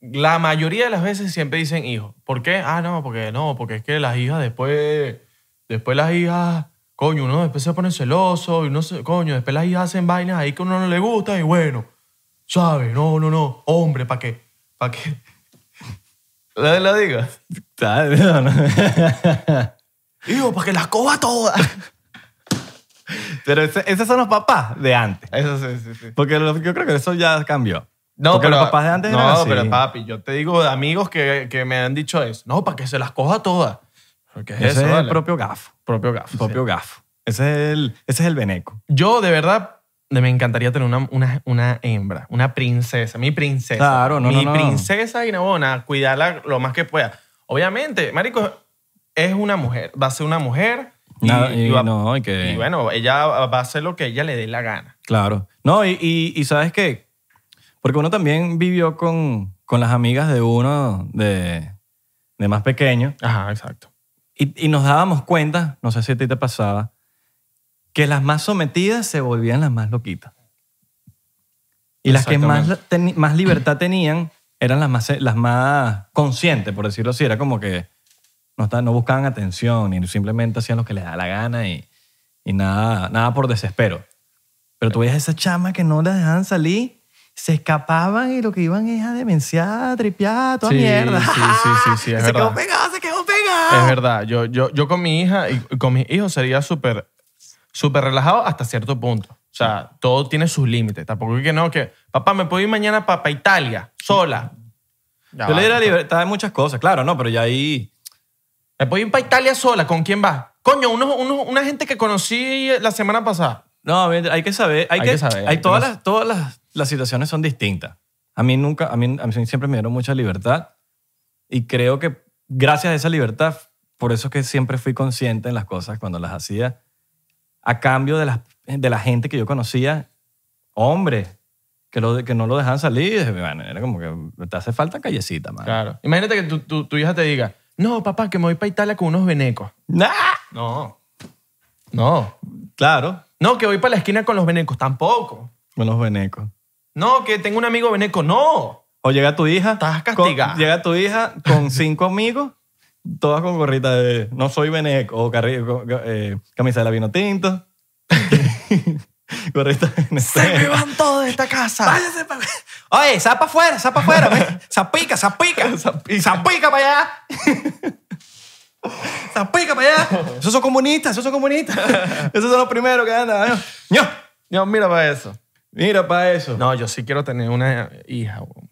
Speaker 1: la mayoría de las veces siempre dicen hijo. ¿Por qué? Ah, no, porque no, porque es que las hijas después, después las hijas, coño, uno después se pone celoso y uno se, coño, después las hijas hacen vainas ahí que a uno no le gusta y bueno, ¿sabes? No, no, no, hombre, ¿para qué? ¿Para qué? ¿La, la diga?
Speaker 2: *laughs*
Speaker 1: Digo, para que las coba todas.
Speaker 2: Pero ese- esos son los papás de antes.
Speaker 1: *laughs* Eso sí, sí, sí.
Speaker 2: Porque los- yo creo que eso ya cambió.
Speaker 1: No,
Speaker 2: Porque
Speaker 1: pero,
Speaker 2: los papás de antes
Speaker 1: No,
Speaker 2: eran así.
Speaker 1: pero papi, yo te digo de amigos que, que me han dicho eso. No, para que se las coja todas. Porque es
Speaker 2: Ese
Speaker 1: eso,
Speaker 2: es el
Speaker 1: vale.
Speaker 2: propio gafo.
Speaker 1: propio gafo.
Speaker 2: Propio gafo. Ese es el, ese es el veneco.
Speaker 1: sí. Yo, de verdad, me encantaría tener una, una, una hembra, una princesa, mi princesa.
Speaker 2: Claro, no,
Speaker 1: Mi
Speaker 2: no, no.
Speaker 1: princesa y no, bueno, cuidarla lo más que pueda. Obviamente, marico, es una mujer, va a ser una mujer y,
Speaker 2: Nada, y
Speaker 1: y va-
Speaker 2: no, y que-
Speaker 1: y bueno, ella va a hacer lo que ella le dé la gana.
Speaker 2: Claro. No, y, y- y ¿sabes qué? Porque uno también vivió con, con las amigas de uno de, de más pequeño
Speaker 1: Ajá, exacto.
Speaker 2: y, y nos dábamos cuenta, no sé si a ti te pasaba, que las más sometidas se volvían las más loquitas. Y las que más, la- teni- más libertad tenían eran las más, las más conscientes, por decirlo así. Era como que no, estaban- no buscaban atención y simplemente hacían lo que les da la gana y, y nada, nada por desespero. Pero tú veías a esa chama que no la dejaban salir, se escapaban y lo que iban es a demenciar, a tripear, a toda
Speaker 1: Sí,
Speaker 2: mierda.
Speaker 1: sí, sí, sí,
Speaker 2: *laughs*
Speaker 1: sí, es
Speaker 2: se quedó
Speaker 1: verdad.
Speaker 2: pegada, se quedó pegada.
Speaker 1: Es verdad, yo, yo, yo con mi hija y y con mis hijos sería súper súper relajado hasta cierto punto. O sea, todo tiene sus límites. Tampoco es que no, que papá, me puedo ir mañana para, Italia, sola. Ya
Speaker 2: Yo
Speaker 1: va.
Speaker 2: le di la libertad de muchas cosas, claro, no, pero ya ahí.
Speaker 1: Me puedo ir para Italia sola, ¿con quién vas? Coño, unos- unos- una gente que conocí la semana pasada.
Speaker 2: No, a ver, hay que saber. Hay,
Speaker 1: Hay
Speaker 2: que,
Speaker 1: que saber, hay
Speaker 2: Hay
Speaker 1: que
Speaker 2: todas
Speaker 1: no-
Speaker 2: las, todas las, las situaciones son distintas. A mí nunca, a mí, a mí siempre me dieron mucha libertad y creo que gracias a esa libertad, por eso es que siempre fui consciente en las cosas cuando las hacía, a cambio de, las, de la gente que yo conocía, hombres, que, lo, que no lo dejaban salir. dije, Bueno, era como que te hace falta callecita, man.
Speaker 1: Claro. Imagínate que tu, tu- tu hija te diga, no, papá, que me voy para Italia con unos venecos.
Speaker 2: ¡Ah!
Speaker 1: No. No.
Speaker 2: Claro,
Speaker 1: No, que voy para la esquina con los venecos. Tampoco.
Speaker 2: con los venecos.
Speaker 1: No, que tengo un amigo veneco. No.
Speaker 2: O llega tu hija.
Speaker 1: Estás
Speaker 2: con-
Speaker 1: castigada.
Speaker 2: llega tu hija con cinco amigos, todas con gorrita de no soy Beneco o carri- co- co- eh, camisa de la vino tinto. *laughs* gorrita de Venezuela.
Speaker 1: van todos de esta casa.
Speaker 2: Váyase pa- Oye, zapa afuera, zapa afuera. ve. zapica, *laughs* zapica. Y zapica para allá. *laughs* zapica para allá. Esos son comunistas, esos son comunistas. esos son los primeros que andan. ¿no? Ño.
Speaker 1: Dios, mira para eso.
Speaker 2: Mira para eso.
Speaker 1: No, yo sí quiero tener una hija. weón.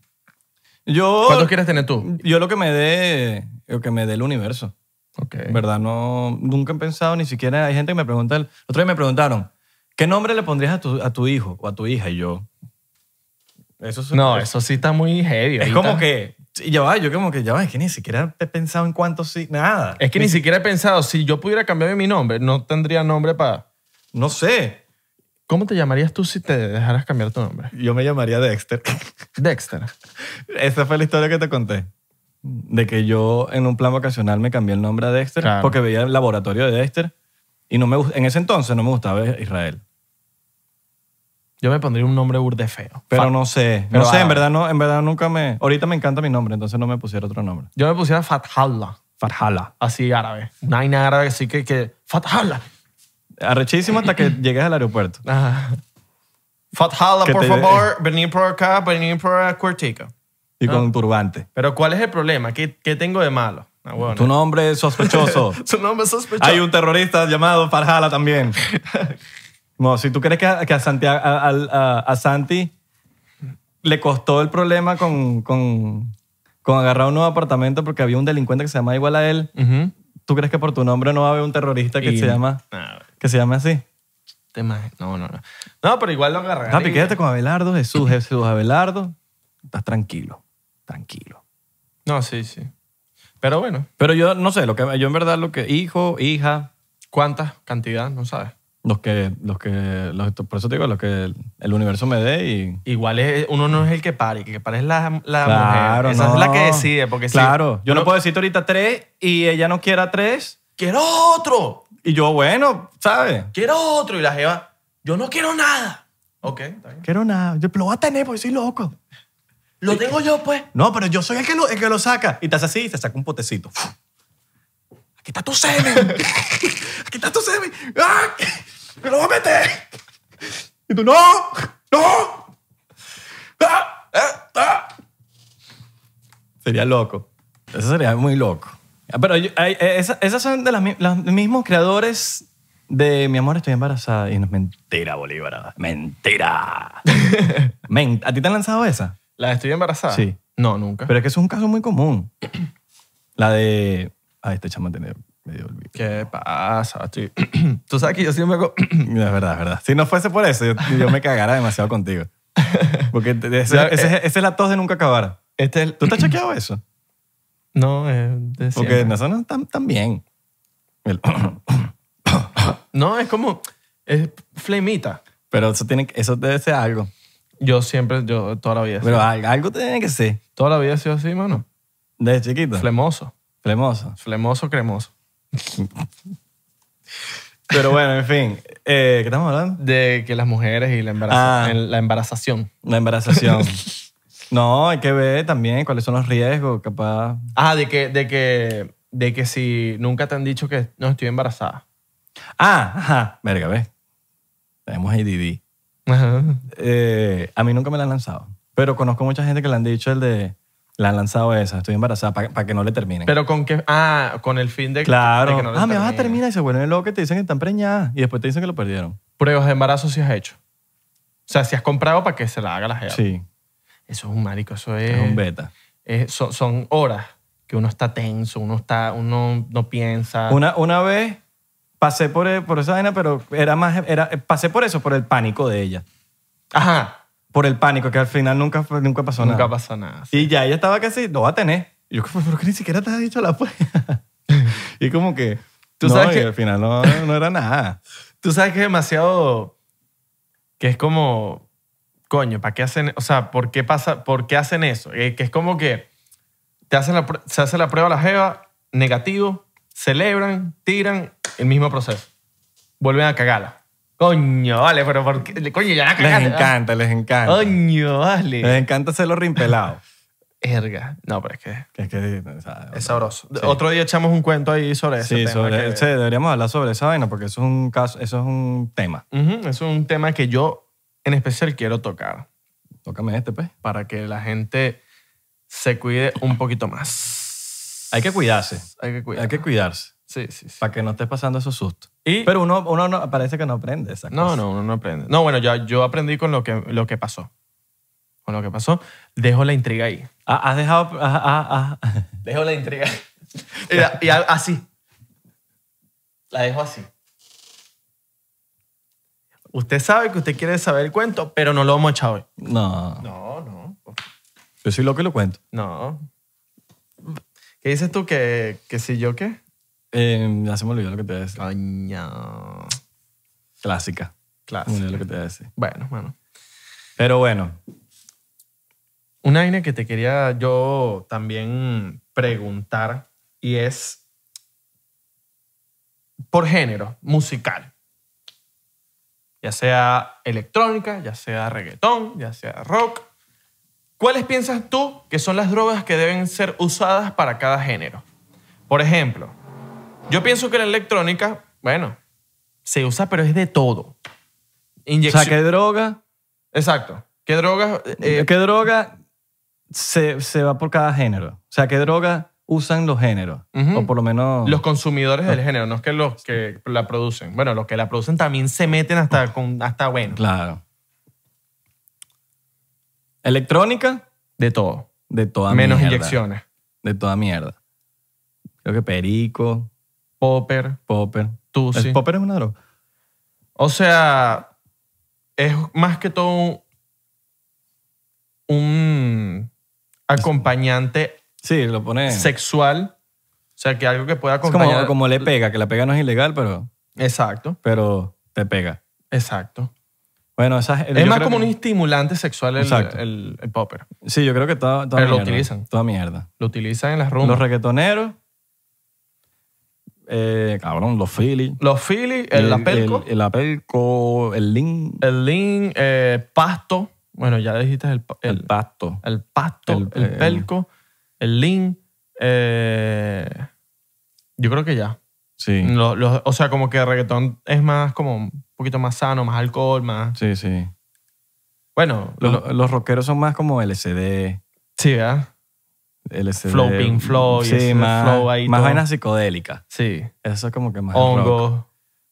Speaker 2: Yo,
Speaker 1: ¿Cuántos quieres tener tú?
Speaker 2: yo lo que me dé, lo que me dé el universo.
Speaker 1: Ok.
Speaker 2: En verdad, no, nunca he pensado, ni siquiera hay gente que me pregunta, el otro día me preguntaron, ¿qué nombre le pondrías a tu, a tu hijo o a tu hija? Y yo, eso es,
Speaker 1: No,
Speaker 2: es,
Speaker 1: eso sí está muy heavy.
Speaker 2: es
Speaker 1: ahorita.
Speaker 2: como que, y ya va, yo como que, ya va, es que ni siquiera he pensado en cuánto sí, nada.
Speaker 1: Es que ni siquiera he pensado, si yo pudiera cambiarme mi nombre, no tendría nombre para...
Speaker 2: No sé,
Speaker 1: ¿Cómo te llamarías tú si te dejaras cambiar tu nombre?
Speaker 2: yo me llamaría Dexter.
Speaker 1: Dexter.
Speaker 2: *laughs* Esa fue la historia que te conté. De que yo en un plan vacacional me cambié el nombre a Dexter
Speaker 1: Claro.
Speaker 2: porque veía el laboratorio de Dexter y no me, gust- en ese entonces no me gustaba Israel.
Speaker 1: Yo me pondría un nombre burde feo.
Speaker 2: Pero
Speaker 1: Fa-
Speaker 2: no sé.
Speaker 1: Pero,
Speaker 2: no sé,
Speaker 1: ah.
Speaker 2: en verdad, no, en verdad nunca me. Ahorita me encanta mi nombre, entonces no me pusiera otro nombre.
Speaker 1: Yo me pusiera Fathallah,
Speaker 2: Farhala.
Speaker 1: así árabe. Una vaina árabe así que... que Fathallah.
Speaker 2: Arrechísimo hasta
Speaker 1: *laughs*
Speaker 2: que llegues al aeropuerto.
Speaker 1: Ajá. Fathallah,
Speaker 2: Que
Speaker 1: por
Speaker 2: te-
Speaker 1: favor, venir por acá, venir por Cuartico.
Speaker 2: Y
Speaker 1: Ah.
Speaker 2: con un turbante.
Speaker 1: Pero ¿cuál es el problema? ¿Qué, qué tengo de malo? Ah, bueno. *laughs*
Speaker 2: Tu nombre es sospechoso.
Speaker 1: Su nombre es sospechoso.
Speaker 2: Hay un terrorista llamado Farhala
Speaker 1: *laughs*
Speaker 2: también. No, si tú crees que a, que a Santiago- a- al- a- a Santi le costó el problema con, con, con agarrar un nuevo apartamento porque había un delincuente que se llamaba igual a él,
Speaker 1: Ujú.
Speaker 2: ¿tú crees que por tu nombre no va a haber un terrorista que,
Speaker 1: Y-
Speaker 2: se, llama,
Speaker 1: Nah,
Speaker 2: que se llame así?
Speaker 1: Ah, te imag- No, no, no. No, pero igual lo agarraría.
Speaker 2: Papi, quédate con Abelardo, Jesús, Jesús, Abelardo. Estás tranquilo, tranquilo.
Speaker 1: No, sí, sí. Pero bueno,
Speaker 2: Pero yo no sé, lo que, yo en verdad lo que hijo, hija,
Speaker 1: ¿cuántas? ¿Cantidad? No sabes.
Speaker 2: los que, los que, los, por eso te digo, los que el, el universo me dé y...
Speaker 1: Igual es, uno no es el que pare, el que pare es la, la
Speaker 2: Claro,
Speaker 1: mujer. Esa es la
Speaker 2: no.
Speaker 1: que decide, porque si-
Speaker 2: Claro, yo no
Speaker 1: uno-
Speaker 2: puedo decirte ahorita tres y ella no quiera tres
Speaker 1: ¡Quiero otro!
Speaker 2: y yo, bueno, ¿sabes?
Speaker 1: ¡Quiero otro! Y la jeva, yo no quiero nada. Ok, está bien.
Speaker 2: Quiero nada, yo lo voy a tener porque soy loco.
Speaker 1: Lo tengo yo, pues.
Speaker 2: No, pero yo soy el que lo, el que lo saca. Y te hace así y te saca un potecito. aquí está tu semen. aquí está tu semen. ¡Ah! ¡Me lo voy a meter! Y tú, no, no. ¡Ah! ¡Ah! ¡Ah! Sería loco. Eso sería muy loco. Ah, Pero yo- hay- esa- esas son de las, mi- las- los mismos creadores de Mi amor, estoy embarazada. Y no, mentira, Bolívar. Mentira. Men- ¿A ti te han lanzado esa?
Speaker 1: ¿La de estoy embarazada?
Speaker 2: Sí.
Speaker 1: No, nunca.
Speaker 2: Pero es que es un caso muy común. La de. Ah, este chamo tiene medio olvido.
Speaker 1: ¿Qué pasa? Estoy- *clears throat* Tú sabes que yo siempre hago... *clears throat*
Speaker 2: No, Es verdad, es verdad. Si no fuese por eso, yo, yo me cagara demasiado contigo. Porque te- ese-
Speaker 1: Ya,
Speaker 2: ese- esa es la tos de nunca acabar.
Speaker 1: este es el...
Speaker 2: ¿Tú *clears throat* te has chequeado eso?
Speaker 1: No, es de
Speaker 2: Porque
Speaker 1: siempre.
Speaker 2: no suena tan, tan bien. El- *clears throat*
Speaker 1: No, es como... Es flemita.
Speaker 2: Pero eso, tiene, que- eso debe ser algo.
Speaker 1: Yo siempre, yo toda la vida. he sido-
Speaker 2: Pero ah. al- algo tiene que ser.
Speaker 1: Toda la vida he sido así, mano.
Speaker 2: Desde chiquito.
Speaker 1: Flemoso.
Speaker 2: Flemoso.
Speaker 1: Flemoso, cremoso.
Speaker 2: Pero bueno, en fin. Eh, ¿Qué estamos hablando?
Speaker 1: De que las mujeres y la, embaraza-
Speaker 2: Ah.
Speaker 1: el- la embarazación.
Speaker 2: La embarazación. No, hay que ver también cuáles son los riesgos. Capaz
Speaker 1: Ah, de que, de que, de que si nunca te han dicho que no estoy embarazada.
Speaker 2: Ah, ajá. Verga, ve. Tenemos ADD. Eh, a mí nunca me la han lanzado. Pero conozco mucha gente que le han dicho el de... La han lanzado esa. Estoy embarazada para que no le terminen.
Speaker 1: Pero con qué... Ah, con el fin de... de
Speaker 2: claro.
Speaker 1: que no les
Speaker 2: ah, me vas a
Speaker 1: termine.
Speaker 2: terminar y se vuelven locos y te dicen que están preñadas. Y después te dicen que lo perdieron.
Speaker 1: Pruebas de embarazo si has hecho. O sea, si has comprado para que se la haga la jeva.
Speaker 2: Sí.
Speaker 1: Eso es un marico, eso es...
Speaker 2: Es un beta.
Speaker 1: es- son, son horas que uno está tenso, uno, está, uno no piensa.
Speaker 2: Una, una vez pasé por, eh, por esa vaina, pero era más... Era, pasé por eso, por el pánico de ella.
Speaker 1: Ajá.
Speaker 2: Por el pánico, que al final nunca, fue- nunca pasó
Speaker 1: Nunca
Speaker 2: nada.
Speaker 1: pasa nada.
Speaker 2: Y ya ella estaba casi, lo va a tener. Y yo, ¿pero que ni siquiera te has dicho la pues? *laughs* y como que,
Speaker 1: Tú
Speaker 2: no,
Speaker 1: sabes
Speaker 2: y
Speaker 1: que-
Speaker 2: al final no, no era nada.
Speaker 1: Tú sabes que es demasiado... Que es como... Coño, ¿para qué hacen...? O sea, ¿por qué, pasa, ¿por qué hacen eso? Eh, que es como que te hacen la pr- se hace la prueba a la jeva, negativo, celebran, tiran, el mismo proceso. Vuelven a cagarla. Coño, vale, pero ¿por qué? Coño, ya la
Speaker 2: *laughs* Les
Speaker 1: cagaste.
Speaker 2: encanta, les encanta.
Speaker 1: Coño, vale.
Speaker 2: Les encanta hacerlo rimpelado.
Speaker 1: Erga. No, pero es que
Speaker 2: que es que, o sea,
Speaker 1: es sabroso.
Speaker 2: Sí.
Speaker 1: Otro día echamos un cuento ahí sobre eso.
Speaker 2: Sí, sobre, sí, deberíamos hablar sobre esa vaina porque eso es un caso, eso es un tema.
Speaker 1: Es un tema que yo en especial quiero tocar
Speaker 2: Tócame este, pues.
Speaker 1: para que la gente se cuide un poquito más.
Speaker 2: Hay que cuidarse.
Speaker 1: Hay que cuidar.
Speaker 2: Hay que cuidarse
Speaker 1: Sí, sí, sí.
Speaker 2: para que no estés pasando esos sustos.
Speaker 1: Y-
Speaker 2: Pero uno, uno no, parece que no aprende esa
Speaker 1: No,
Speaker 2: cosa.
Speaker 1: no, uno no aprende. No, bueno, ya, yo aprendí con lo que, lo que pasó. Con lo que pasó. Dejo la intriga ahí.
Speaker 2: Ha- Has dejado... ah, ah, ah.
Speaker 1: Dejo la intriga *laughs* ahí. y, y así. La dejo así. Usted sabe que usted quiere saber el cuento, pero no lo vamos a echar hoy.
Speaker 2: *laughs* No.
Speaker 1: No, no.
Speaker 2: Yo soy loco y lo cuento.
Speaker 1: No. ¿Qué dices tú que, que si yo qué?
Speaker 2: Eh, ya se me olvidó lo que te voy a decir.
Speaker 1: Coño.
Speaker 2: Clásica.
Speaker 1: Claro.
Speaker 2: Se me olvidó lo que te voy a decir.
Speaker 1: Bueno, bueno.
Speaker 2: Pero bueno,
Speaker 1: Una vaina que te quería yo también preguntar y es por género musical. Ya sea electrónica, ya sea reggaetón, ya sea rock. ¿Cuáles piensas tú que son las drogas que deben ser usadas para cada género? Por ejemplo, yo pienso que la electrónica, bueno, se usa pero es de todo.
Speaker 2: o sea,
Speaker 1: Inyección.
Speaker 2: ¿qué droga?
Speaker 1: Exacto. ¿Qué drogas? eh,
Speaker 2: ¿Qué droga se, se va por cada género? O sea, ¿qué droga usan los géneros?
Speaker 1: Ujú.
Speaker 2: O por lo menos...
Speaker 1: Los consumidores
Speaker 2: Oh.
Speaker 1: del género, no es que los que la producen. Bueno, los que la producen también se meten
Speaker 2: Oh.
Speaker 1: hasta, con, hasta bueno.
Speaker 2: Claro. Electrónica,
Speaker 1: De todo.
Speaker 2: de toda
Speaker 1: Menos
Speaker 2: mierda.
Speaker 1: inyecciones.
Speaker 2: De toda mierda. Creo que perico,
Speaker 1: Popper,
Speaker 2: popper. ¿El
Speaker 1: tusi.
Speaker 2: popper es una droga?
Speaker 1: O sea, es más que todo un, un acompañante
Speaker 2: Sí, lo pone...
Speaker 1: sexual. O sea, que algo que pueda
Speaker 2: Eh. es como,
Speaker 1: acompañar.
Speaker 2: como le pega, que la pega no es ilegal, pero,
Speaker 1: Exacto,
Speaker 2: pero te pega.
Speaker 1: exacto.
Speaker 2: Bueno, esas...
Speaker 1: es más como un estimulante sexual el,
Speaker 2: Exacto.
Speaker 1: el- el popper.
Speaker 2: Sí, yo creo que toda, toda
Speaker 1: Pero lo
Speaker 2: mierda.
Speaker 1: utilizan.
Speaker 2: Toda mierda.
Speaker 1: Lo utilizan en las
Speaker 2: Los
Speaker 1: rumbas.
Speaker 2: reggaetoneros. eh, cabrón, los Philly.
Speaker 1: Los, Philly, el, apelco.
Speaker 2: El, el Apelco, el Lin,
Speaker 1: El lean, eh, pasto. Bueno, ya dijiste el, pa-
Speaker 2: el,
Speaker 1: el,
Speaker 2: Pasto.
Speaker 1: el pasto,
Speaker 2: el-
Speaker 1: el,
Speaker 2: el-
Speaker 1: pelco, el lean. eh, yo Yo creo que ya.
Speaker 2: Sí,
Speaker 1: Los- los- o sea, como que reggaetón es más como un poquito más sano, más alcohol, más...
Speaker 2: sí, sí.
Speaker 1: Bueno,
Speaker 2: Los,
Speaker 1: lo-
Speaker 2: los rockeros son más como LCD,
Speaker 1: sí, ¿verdad?
Speaker 2: LCD.
Speaker 1: Flow, Pink Floyd,
Speaker 2: Sí,
Speaker 1: ese
Speaker 2: más,
Speaker 1: flow ahí,
Speaker 2: más
Speaker 1: todo.
Speaker 2: vainas psicodélicas.
Speaker 1: Sí.
Speaker 2: Eso es como que más rock.
Speaker 1: Hongos.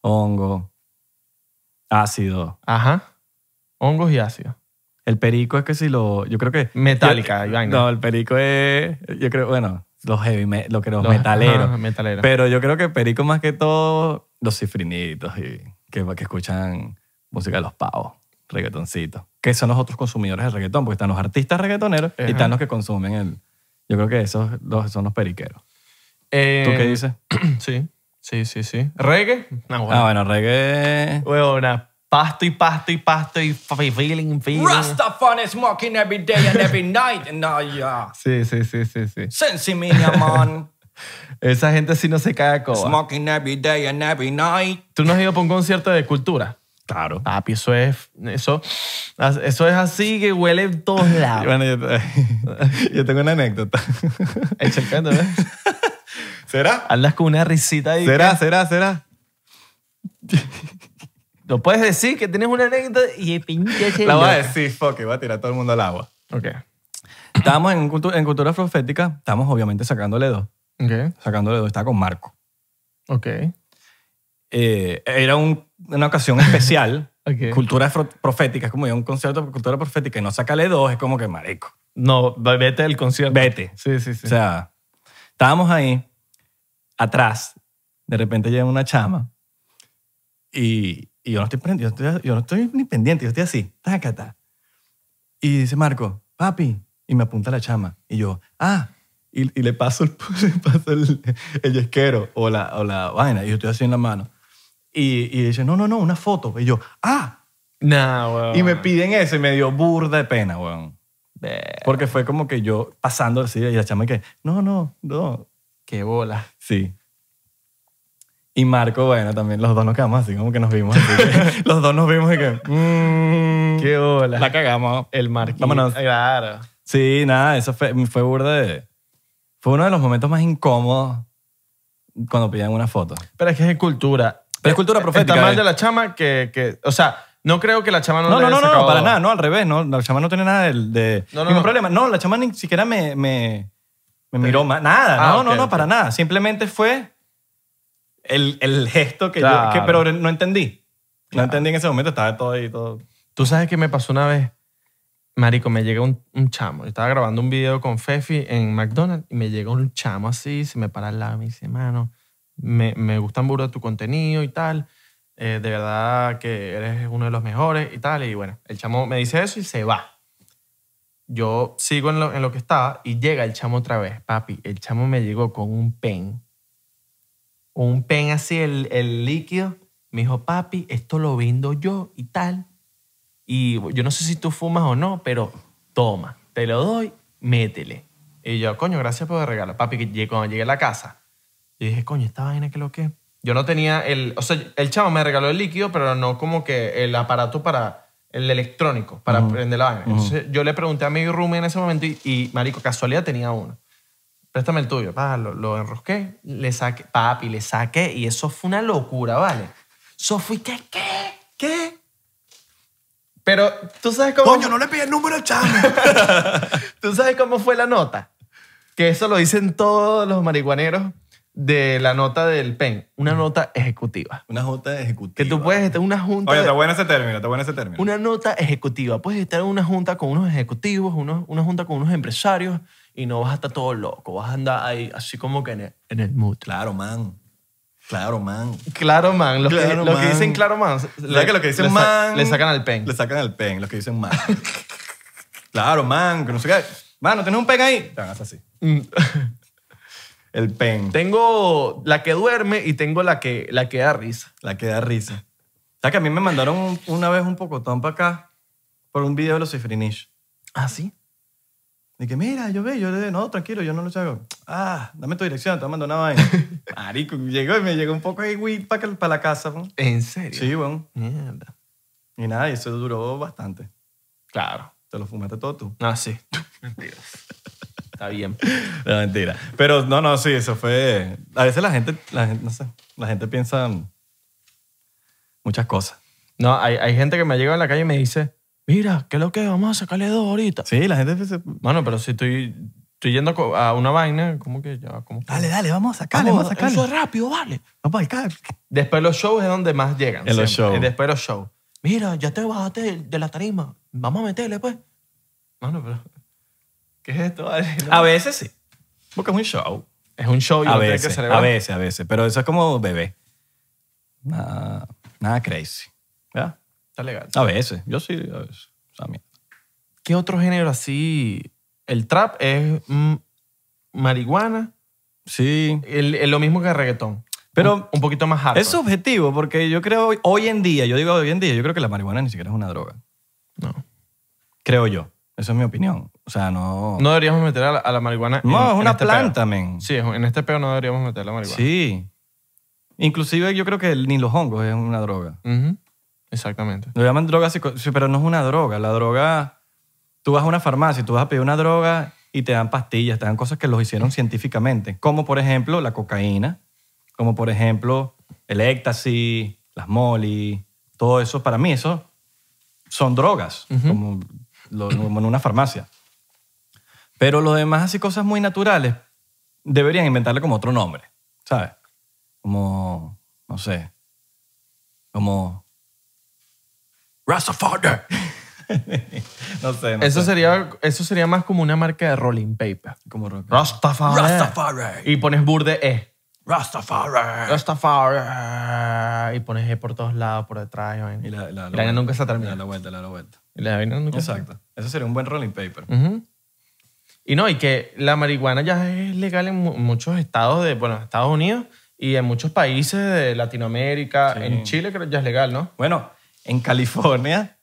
Speaker 2: Hongo. Ácido.
Speaker 1: Ajá. Hongos y ácido.
Speaker 2: El perico es que si lo... Yo creo que...
Speaker 1: Metálica,
Speaker 2: Yo-
Speaker 1: y vaina.
Speaker 2: No, el perico es... Yo creo, bueno, los heavy, me- lo que los,
Speaker 1: Los-
Speaker 2: metaleros.
Speaker 1: ajá, metaleros.
Speaker 2: Pero yo creo que perico más que todo los cifrinitos y que, que escuchan música de los pavos, reggaetoncitos, que son los otros consumidores del reggaetón, porque están los artistas reggaetoneros
Speaker 1: Ajá.
Speaker 2: y están los que consumen el... Yo creo que esos los- son los periqueros.
Speaker 1: Eh,
Speaker 2: ¿Tú qué dices?
Speaker 1: Sí, sí, sí, sí. ¿Reggae? No,
Speaker 2: Ah,
Speaker 1: bueno.
Speaker 2: bueno, reggae...
Speaker 1: Huevona, Pasto y pasto y pasto y fa- feeling, feeling.
Speaker 2: Rastafari smoking every day and every night. No, yeah.
Speaker 1: Sí, sí, sí, sí, sí.
Speaker 2: Sensi man.
Speaker 1: Esa gente sí no se cae a coba.
Speaker 2: Smoking every day and every night.
Speaker 1: ¿Tú no has ido para un concierto de cultura?
Speaker 2: Claro.
Speaker 1: Papi, eso es, eso, eso es así que huele en *laughs* todos lados.
Speaker 2: Ah, Bueno, yo, *laughs* yo tengo
Speaker 1: *laughs*
Speaker 2: una anécdota.
Speaker 1: Echa el cuento, ¿ves?
Speaker 2: ¿Será?
Speaker 1: *laughs* Andas con una risita y
Speaker 2: ¿Será? ¿Será? ¿Será?
Speaker 1: no puedes decir que tienes una anécdota y de pinche ese
Speaker 2: La voy a
Speaker 1: loco.
Speaker 2: decir, fuck, it, voy a tirar a todo el mundo al agua.
Speaker 1: Ok.
Speaker 2: Estábamos en, cultu- en Cultura Profética, estábamos obviamente sacándole dos.
Speaker 1: Ok.
Speaker 2: Sacándole dos, estaba con Marco.
Speaker 1: Ok.
Speaker 2: Eh, era un- una ocasión especial.
Speaker 1: *laughs* Ok.
Speaker 2: Cultura Fro- Profética, es como ir a un concierto de Cultura Profética y no sacarle dos, es como que marico.
Speaker 1: No, vete del concierto.
Speaker 2: Vete.
Speaker 1: Sí, sí, sí.
Speaker 2: O sea, estábamos ahí, atrás, de repente llega una chama y, y yo, no estoy, prendi- yo, estoy- yo no estoy ni pendiente, yo estoy así, tácata. Y dice Marco, papi, y me apunta la chama. Y yo, ah, y, y le paso el, *laughs* le paso el, el yesquero o la, o la vaina, y yo estoy así en la mano. Y, y dice, no, no, no, una foto. Y yo, ah,
Speaker 1: Nah, huevón.
Speaker 2: y me piden eso y me dio burda de pena, weón.
Speaker 1: Ve-
Speaker 2: Porque fue como que yo pasando así y la chama que, no, no, no,
Speaker 1: Qué bola.
Speaker 2: Sí. Y Marco, bueno, también los dos nos quedamos así, como que nos vimos.
Speaker 1: *laughs*
Speaker 2: así que- los dos nos vimos y que. mm,
Speaker 1: Qué bola.
Speaker 2: la cagamos.
Speaker 1: El marquito.
Speaker 2: Vámonos.
Speaker 1: Claro.
Speaker 2: Sí, nada, eso fue, fue burda de. Fue uno de los momentos más incómodos cuando pillan una foto.
Speaker 1: Pero es que es de cultura.
Speaker 2: Pero es cultura profética,
Speaker 1: Está mal
Speaker 2: eh.
Speaker 1: de la chama que, que... O sea, no creo que la chama no
Speaker 2: No,
Speaker 1: le
Speaker 2: no, no,
Speaker 1: haya
Speaker 2: no,
Speaker 1: sacado
Speaker 2: para
Speaker 1: dos.
Speaker 2: nada, no, al revés, no, la chama no tiene nada de, de-
Speaker 1: No, no,
Speaker 2: ningún
Speaker 1: no.
Speaker 2: problema. No, la chama ni siquiera me, me, me miró ma- nada,
Speaker 1: Ah,
Speaker 2: no,
Speaker 1: ok,
Speaker 2: no, no,
Speaker 1: ok.
Speaker 2: para nada. Simplemente fue el, el gesto que yo, que-
Speaker 1: Claro.
Speaker 2: pero no entendí. No
Speaker 1: Claro.
Speaker 2: entendí en ese momento, estaba todo ahí, todo.
Speaker 1: Tú sabes que me pasó una vez. Marico, me llega un, un chamo. Yo estaba grabando un video con Fefi en McDonald's y me llega un chamo así, se me para al lado y me dice, mano, me, me gustan burda tu contenido y tal. Eh, de verdad que eres uno de los mejores y tal. Y bueno, el chamo me dice eso y se va. Yo sigo en lo, en lo que estaba y llega el chamo otra vez. Papi, el chamo me llegó con un pen. Un pen así, el, el líquido. Me dijo, papi, esto lo vendo yo y tal. Y yo no sé si tú fumas o no, pero toma, te lo doy, métele. Y yo, coño, gracias por el regalo. Papi, que llegué- cuando llegué a la casa, yo dije, coño, esta vaina, ¿qué es lo que es? Yo no tenía el... O sea, el chavo me regaló el líquido, pero no como que el aparato para... El electrónico, para prender la vaina. Entonces, yo le pregunté a mi roomie en ese momento y, y, marico, casualidad tenía uno. Préstame el tuyo. Pa, lo, lo enrosqué, le saqué, papi, le saqué y eso fue una locura, ¿vale? Eso fue, ¿qué? ¿Qué? ¿Qué? Pero, ¿tú sabes cómo...?
Speaker 2: no le pide el número al chamo.
Speaker 1: ¿Tú sabes cómo fue la nota? Que eso lo dicen todos los marihuaneros de la nota del PEN. Una nota ejecutiva.
Speaker 2: Una junta ejecutiva.
Speaker 1: Que tú puedes estar en una junta...
Speaker 2: Oye, está bueno ese término, está bueno ese término.
Speaker 1: Una nota ejecutiva. Puedes estar en una junta con unos ejecutivos, unos, una junta con unos empresarios y no vas a estar todo loco. Vas a andar ahí así como que en el, en el mood.
Speaker 2: Claro, man. Claro, man.
Speaker 1: Claro, man. Los,
Speaker 2: Claro,
Speaker 1: que, los
Speaker 2: man.
Speaker 1: que dicen claro, man.
Speaker 2: ¿Sabes que lo que dicen
Speaker 1: le sa-
Speaker 2: man?
Speaker 1: Le sacan al PEN.
Speaker 2: Le sacan al pen, los que dicen man. *laughs* claro, man, que no sé qué. Mano, ¿tienes un pen ahí? Te van a hacer así.
Speaker 1: Mm.
Speaker 2: El pen.
Speaker 1: *laughs* Tengo la que duerme y tengo la que, la que da risa.
Speaker 2: La que da risa. O sea, que a mí me mandaron un- una vez un pocotón para acá por un video de los cifrinish.
Speaker 1: ¿Ah, sí?
Speaker 2: Y que, mira, yo ve, yo le no, tranquilo, yo no lo hago. Ah, dame tu dirección, te voy a mandar una vaina.
Speaker 1: *laughs*
Speaker 2: Marico, llegó y me llegó un poco ahí, güey, para la casa. weón.
Speaker 1: ¿En serio?
Speaker 2: Sí, weón.
Speaker 1: Mierda.
Speaker 2: Y nada, y eso duró bastante.
Speaker 1: Claro. *laughs*
Speaker 2: Te lo fumaste todo tú.
Speaker 1: Ah, sí. Está bien.
Speaker 2: *laughs* No, mentira. Pero no, no, sí, eso fue. A veces la gente, la gente, no sé, la gente piensa muchas cosas.
Speaker 1: No, hay, hay gente que me llega en la calle y me dice, mira, ¿qué es lo que? es? Vamos a sacarle dos ahorita.
Speaker 2: Sí, la gente piensa.
Speaker 1: Mano, pero si estoy, estoy yendo co- a una vaina, ¿cómo que ya? ¿Cómo que?
Speaker 2: Dale, dale, vamos a sacarle, vamos,
Speaker 1: Vamos,
Speaker 2: a
Speaker 1: eso
Speaker 2: sacarle.
Speaker 1: es rápido, vale.
Speaker 2: Vamos a sacarle.
Speaker 1: Después los shows es donde más llegan.
Speaker 2: En los
Speaker 1: siempre.
Speaker 2: shows.
Speaker 1: Después los shows. Mira, ya te bajaste de- de la tarima. Vamos a meterle, pues. Mano, pero... ¿Qué es esto? *laughs* vale?
Speaker 2: A veces sí. Porque es un show.
Speaker 1: Es un show y
Speaker 2: A
Speaker 1: uno tiene que
Speaker 2: veces,
Speaker 1: celebrar.
Speaker 2: a veces, a veces. Pero eso es como bebé. Nada, nada crazy. ¿Verdad?
Speaker 1: Está legal.
Speaker 2: A veces. Yo sí, a veces. O sea, mira.
Speaker 1: ¿Qué otro género así? El trap es mm, marihuana.
Speaker 2: Sí.
Speaker 1: el- Es lo mismo que el reggaetón.
Speaker 2: Pero-
Speaker 1: un, un poquito más hard.
Speaker 2: Es subjetivo porque yo creo hoy- hoy en día, yo digo hoy en día, yo creo que la marihuana ni siquiera es una droga.
Speaker 1: No.
Speaker 2: Creo yo. Esa es mi opinión. O sea, no.
Speaker 1: No deberíamos meter a la, a la marihuana. en-
Speaker 2: No, es
Speaker 1: en
Speaker 2: una
Speaker 1: este peo.
Speaker 2: planta, men.
Speaker 1: Sí, es un- en este peo no deberíamos meter la marihuana.
Speaker 2: Sí. Inclusive yo creo que ni los hongos es una droga.
Speaker 1: Ujú, Exactamente.
Speaker 2: Lo llaman droga, psico- sí, pero no es una droga. La droga, tú vas a una farmacia, y tú vas a pedir una droga y te dan pastillas, te dan cosas que los hicieron científicamente, como por ejemplo la cocaína, como por ejemplo el éxtasis, las molly, todo eso, para mí eso son drogas, como, lo- como en una farmacia. Pero los demás, así cosas muy naturales, deberían inventarle como otro nombre, ¿sabes? Como, no sé, como Rastafari. *laughs* no sé, no
Speaker 1: Eso
Speaker 2: sé.
Speaker 1: sería, eso sería más como una marca de rolling paper.
Speaker 2: Como rock.
Speaker 1: Rastafari.
Speaker 2: Rastafari.
Speaker 1: Y pones burde E.
Speaker 2: Rastafari.
Speaker 1: Rastafari. Y pones E por todos lados, por detrás. Y vaina.
Speaker 2: Y la,
Speaker 1: Y la vaina nunca se termina.
Speaker 2: La vuelta, la, la vuelta.
Speaker 1: Y la vaina nunca se-
Speaker 2: Exacto. Eso sería un buen rolling paper.
Speaker 1: Ujú. Y no, y que la marihuana ya es legal en mu- muchos estados de, bueno, Estados Unidos y en muchos países de Latinoamérica.
Speaker 2: Sí.
Speaker 1: En Chile creo que ya es legal, ¿no?
Speaker 2: Bueno, en California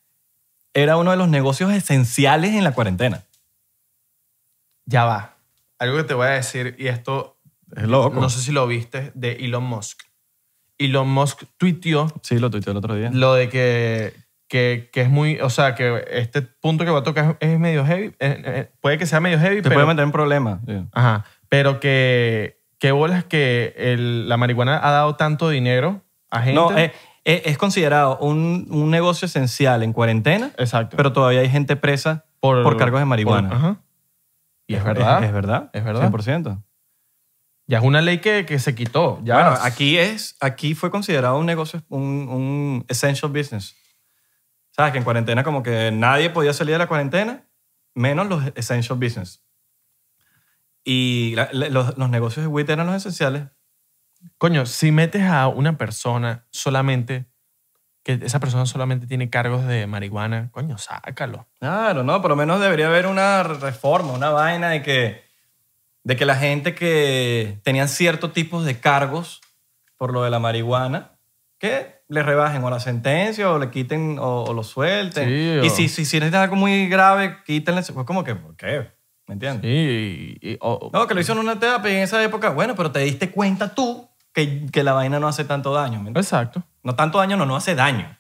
Speaker 2: era uno de los negocios esenciales en la cuarentena.
Speaker 1: Ya va. Algo que te voy a decir, y esto
Speaker 2: Es loco.
Speaker 1: no sé si lo viste, de Elon Musk. Elon Musk tuiteó
Speaker 2: Sí, lo tuiteé el otro día.
Speaker 1: lo de que, que, que es muy, o sea, que este punto que va a tocar es medio heavy. eh, eh, puede que sea medio heavy,
Speaker 2: Te
Speaker 1: pero...
Speaker 2: puede meter en problemas. sí.
Speaker 1: Ajá. Pero que, qué bolas que el- la marihuana ha dado tanto dinero a gente.
Speaker 2: No, eh, eh, es, considerado un, un negocio esencial en cuarentena,
Speaker 1: Exacto.
Speaker 2: pero todavía hay gente presa por, cargos de marihuana.
Speaker 1: por- ajá. Y es, verdad.
Speaker 2: Es, verdad.
Speaker 1: Es verdad.
Speaker 2: 100%.
Speaker 1: ya es una ley que, que se quitó. Ya
Speaker 2: Bueno, aquí es, aquí fue considerado un negocio, un, un essential business. Sabes que en cuarentena como que nadie podía salir de la cuarentena, menos los essential business. Y la- la- los, los negocios de WIT eran los esenciales.
Speaker 1: Coño, si metes a una persona solamente, que esa persona solamente tiene cargos de marihuana, coño, sácalo.
Speaker 2: Claro, no, por lo menos debería haber una reforma, una vaina de que, de que la gente que tenían ciertos tipos de cargos por lo de la marihuana, que le rebajen o la sentencia o le quiten o, o lo suelten.
Speaker 1: Sí,
Speaker 2: y
Speaker 1: o-
Speaker 2: si, si, si es algo muy grave, quítenle. Pues como que, ¿por qué? ¿Me entiendes?
Speaker 1: Sí, y- y- o-
Speaker 2: No, que lo hizo en una terapia y en esa época, bueno, pero te diste cuenta tú que, que la vaina no hace tanto daño. ¿me entiendes?
Speaker 1: Exacto.
Speaker 2: No tanto daño, no, no hace daño.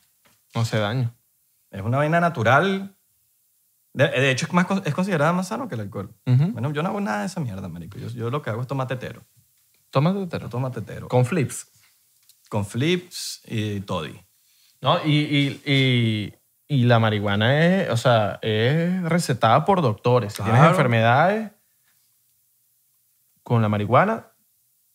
Speaker 1: No hace daño.
Speaker 2: Es una vaina natural. De, de hecho, es, más, con- es considerada más sano que el alcohol.
Speaker 1: Ujú.
Speaker 2: Bueno, yo no hago nada de esa mierda, marico. Yo, yo lo que hago es tomar tetero.
Speaker 1: Tómate
Speaker 2: Yo
Speaker 1: tetero.
Speaker 2: tomo tetero. Con,
Speaker 1: Con flips.
Speaker 2: flips y toddy.
Speaker 1: No, y, y- y- y la marihuana es, o sea, es recetada por doctores. Si tienes
Speaker 2: Claro.
Speaker 1: enfermedades con la marihuana,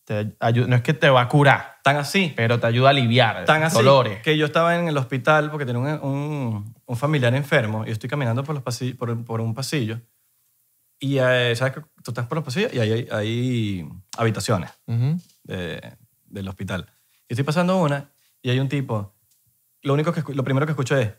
Speaker 1: te ayu- no es que te va a curar,
Speaker 2: Tan así,
Speaker 1: pero te ayuda a aliviar
Speaker 2: tan así
Speaker 1: dolores.
Speaker 2: que yo estaba en el hospital porque tenía un, un- un familiar enfermo y yo estoy caminando por, los pasillos, por, por un pasillo y eh, sabes que tú estás por los pasillos y ahí hay, hay habitaciones.
Speaker 1: Ujú.
Speaker 2: de- del hospital. Y estoy pasando una y hay un tipo. Lo, único que, escu- lo primero que escucho es,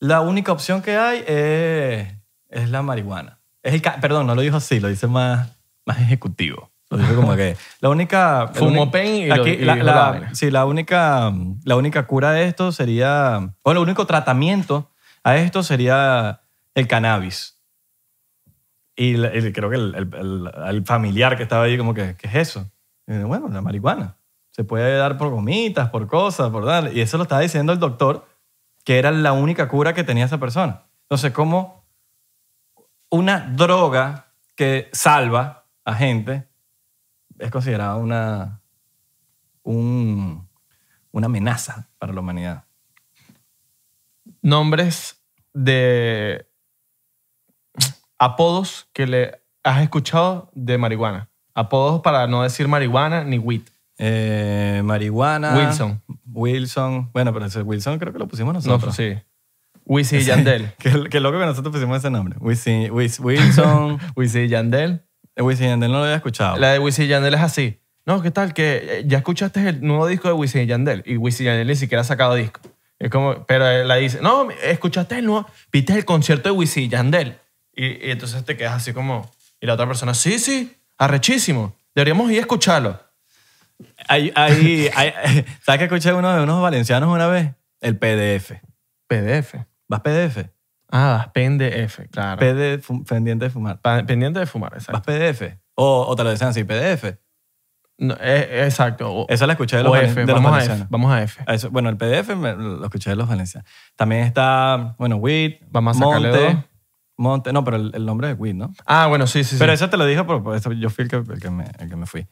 Speaker 2: la única opción que hay es, es la marihuana. Es el, ca- perdón, no lo dijo así, lo dice más, más ejecutivo. Lo dijo como que la única... el
Speaker 1: Fumó
Speaker 2: único-
Speaker 1: pen y lo-
Speaker 2: aquí
Speaker 1: y
Speaker 2: la,
Speaker 1: dijo
Speaker 2: la-
Speaker 1: la vaina.
Speaker 2: Sí, la única, la única cura de esto sería... O el único tratamiento a esto sería el cannabis. Y, la- y creo que el, el- el- el familiar que estaba ahí, como que, ¿qué es eso? Y yo, bueno, la marihuana. Se puede dar por gomitas, por cosas, por tal. Y eso lo estaba diciendo el doctor, que era la única cura que tenía esa persona. Entonces, ¿cómo una droga que salva a gente es considerado una, un- una amenaza para la humanidad.
Speaker 1: Nombres de apodos que le has escuchado de marihuana. Apodos para no decir marihuana ni weed.
Speaker 2: Eh, marihuana.
Speaker 1: Wilson.
Speaker 2: Wilson. Bueno, pero ese Wilson creo que lo pusimos
Speaker 1: No,
Speaker 2: nosotros. *laughs*
Speaker 1: sí. Wisin y Yandel.
Speaker 2: Qué, qué loco que nosotros pusimos ese nombre. Wisin- Wis-
Speaker 1: *laughs*
Speaker 2: Wilson.
Speaker 1: *laughs* Wisin y Yandel.
Speaker 2: Eh, Wisin Yandel no lo había escuchado.
Speaker 1: La de Wisin y Yandel es así. No, ¿qué tal? Que eh, ya escuchaste el nuevo disco de Wisin y Yandel. Y Wisin y Yandel ni siquiera ha sacado disco. Es como, pero él la dice, no, escuchaste el nuevo, viste el concierto de Wisin y Yandel. Y, y entonces te quedas así como, y la otra persona, sí, sí, arrechísimo. Deberíamos ir a escucharlo.
Speaker 2: Hay- hay- hay- *laughs* ¿Sabes que escuché uno de unos valencianos una vez? El PDF.
Speaker 1: PDF.
Speaker 2: ¿Vas PDF?
Speaker 1: Ah, PDF, claro.
Speaker 2: PD, fu- pendiente de fumar.
Speaker 1: Pa- Pendiente de fumar,
Speaker 2: ¿Vas
Speaker 1: exacto.
Speaker 2: PDF? O, o te lo decían así, PDF.
Speaker 1: No, eh, exacto. O,
Speaker 2: Esa la escuché de los,
Speaker 1: o
Speaker 2: valen-
Speaker 1: F,
Speaker 2: de los Eh.
Speaker 1: vamos a F,
Speaker 2: valencianos.
Speaker 1: vamos a F.
Speaker 2: Eso- bueno, el PDF me- lo escuché de los valencianos. También está, bueno, WIT,
Speaker 1: Vamos a sacarle dos.
Speaker 2: Monte. Monte, no, pero el, el nombre es WIT, ¿no?
Speaker 1: Ah, bueno, sí, sí, sí.
Speaker 2: Pero eso te lo dije, por, por eso yo fui el que, el que me, el que me fui.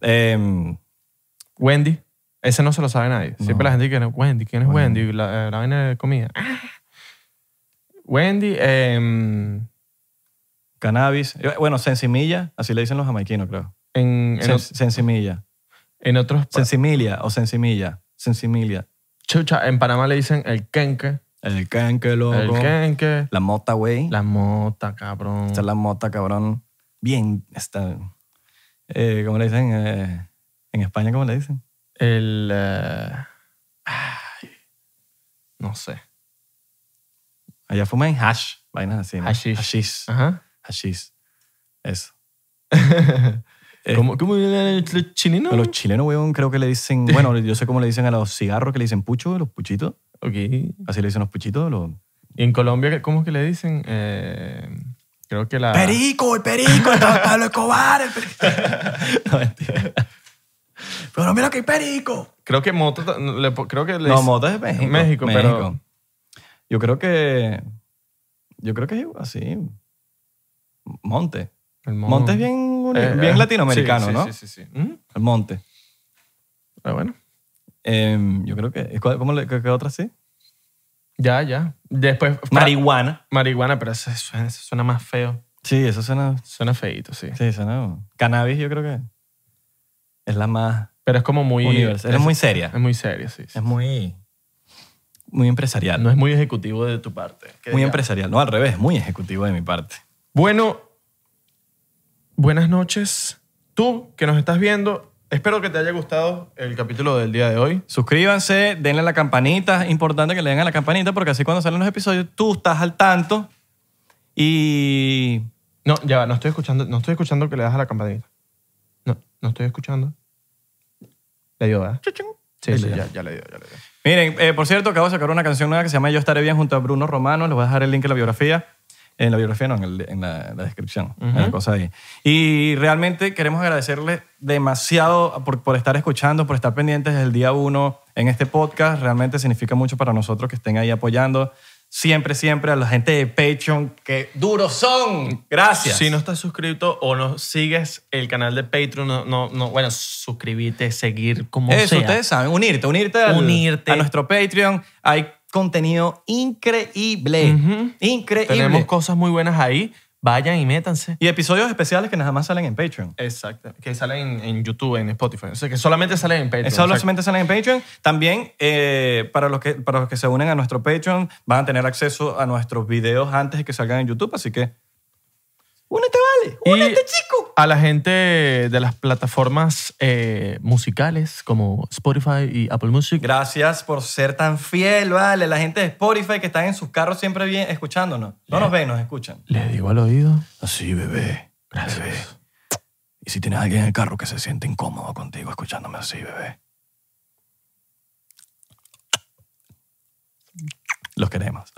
Speaker 2: Em,
Speaker 1: Wendy. Ese no se lo sabe nadie. Siempre
Speaker 2: No.
Speaker 1: la gente que no, Wendy, ¿quién es
Speaker 2: Wendy.
Speaker 1: Wendy? La, eh, la vaina de comida. Ah. Wendy, em,
Speaker 2: cannabis, eh, bueno, sensimilla, así le dicen los jamaiquinos, creo.
Speaker 1: en, en,
Speaker 2: Sen- sensimilla.
Speaker 1: en otros... pa-
Speaker 2: Sensimilia o sensimilla. Sensimilia.
Speaker 1: Chucha, en Panamá le dicen el kenke.
Speaker 2: El canque,
Speaker 1: El
Speaker 2: loco.
Speaker 1: kenke.
Speaker 2: La mota, güey.
Speaker 1: La mota, cabrón.
Speaker 2: Esta es la mota, cabrón. Bien, está. Eh, ¿Cómo le dicen? Eh, en España, ¿cómo le dicen?
Speaker 1: El... eh, ay, no sé.
Speaker 2: Allá fuman hash, vainas así. ¿no?
Speaker 1: Hashish.
Speaker 2: Hashish.
Speaker 1: Ajá.
Speaker 2: Hashish. Eso. *laughs* Eh,
Speaker 1: ¿Cómo, ¿Cómo el chinino?
Speaker 2: Los chilenos, weón, creo que
Speaker 1: *laughs*
Speaker 2: le dicen. Bueno, yo sé cómo le dicen a los cigarros que le dicen pucho, los puchitos.
Speaker 1: Ok. Y
Speaker 2: Así le dicen los puchitos, los.
Speaker 1: en Colombia, ¿cómo es que le dicen? Eh, creo que la...
Speaker 2: ¡Perico! ¡El perico! ¡El Pablo Escobar!
Speaker 1: *laughs*
Speaker 2: El perico. no, mentira. Pero mira que hay perico.
Speaker 1: Creo que moto... ta- le po- creo que le
Speaker 2: No,
Speaker 1: dicen-
Speaker 2: moto es México.
Speaker 1: México, pero-
Speaker 2: Yo creo que. Yo creo que es así. Monte.
Speaker 1: El mono.
Speaker 2: Monte es bien, uni-
Speaker 1: Eh,
Speaker 2: bien
Speaker 1: eh,
Speaker 2: latinoamericano,
Speaker 1: sí,
Speaker 2: ¿no?
Speaker 1: Sí, sí, sí. ¿Mm?
Speaker 2: El monte.
Speaker 1: Ah, bueno,
Speaker 2: Em, yo creo que. ¿cuál- ¿Cómo le, qué, qué otra sí?
Speaker 1: ya, ya. Después. fra-
Speaker 2: Marihuana.
Speaker 1: marihuana, pero eso suena, eso suena más feo.
Speaker 2: Sí, eso suena.
Speaker 1: Suena feito, sí.
Speaker 2: Sí, suena. Cannabis, yo creo que. Es la más
Speaker 1: Pero es como muy.
Speaker 2: universal. Es muy seria.
Speaker 1: es muy serio, sí. sí.
Speaker 2: Es muy. Muy empresarial.
Speaker 1: No es muy ejecutivo de tu parte. que
Speaker 2: muy
Speaker 1: diga.
Speaker 2: empresarial. No, al revés, muy ejecutivo de mi parte.
Speaker 1: Bueno, buenas noches. Tú que nos estás viendo, espero que te haya gustado el capítulo del día de hoy.
Speaker 2: Suscríbanse, denle a la campanita. Es importante que le den a la campanita porque así cuando salen los episodios tú estás al tanto. Y
Speaker 1: No, ya, va, no estoy escuchando, no estoy escuchando que le das a la campanita. No, no estoy escuchando. Le dio, ¿verdad? Sí,
Speaker 2: Ahí
Speaker 1: sí,
Speaker 2: le dio.
Speaker 1: ya, ya le dio, ya le dio.
Speaker 2: miren, eh, por cierto, acabo de sacar una canción nueva que se llama Yo estaré bien junto a Bruno Romano. Les voy a dejar el link en la biografía. En la biografía, no, en, el- en la, la descripción. en la cosa ahí. Y realmente queremos agradecerles demasiado por, por estar escuchando, por estar pendientes desde el día uno en este podcast. Realmente significa mucho para nosotros que estén ahí apoyando. Siempre, siempre a la gente de Patreon, que duros son. Gracias.
Speaker 1: Si no estás suscrito o no sigues el canal de Patreon, no, no, no, bueno, suscribirte, seguir como
Speaker 2: Eso,
Speaker 1: sea.
Speaker 2: ustedes saben, unirte, unirte, al-
Speaker 1: Unirte.
Speaker 2: a nuestro Patreon. Hay contenido increíble,
Speaker 1: Ujú.
Speaker 2: increíble.
Speaker 1: Tenemos cosas muy buenas ahí. Vayan y métanse.
Speaker 2: y episodios especiales que nada más salen en Patreon.
Speaker 1: Exacto. Que salen en, en YouTube, en Spotify. O sea, que solamente salen en Patreon.
Speaker 2: Eso
Speaker 1: O sea,
Speaker 2: solamente salen en Patreon. También, eh, para, los que, para los que se unen a nuestro Patreon, van a tener acceso a nuestros videos antes de que salgan en YouTube. Así que, únete, vale.
Speaker 1: Y-
Speaker 2: Únete, chico.
Speaker 1: a la gente de las plataformas eh, musicales como Spotify y Apple Music.
Speaker 2: Gracias por ser tan fiel, vale. La gente de Spotify que están en sus carros siempre bien escuchándonos. No nos ven, nos escuchan.
Speaker 1: Les digo al oído.
Speaker 2: Así, bebé. Gracias. Y si tienes a alguien en el carro que se siente incómodo contigo escuchándome así, bebé. Los queremos.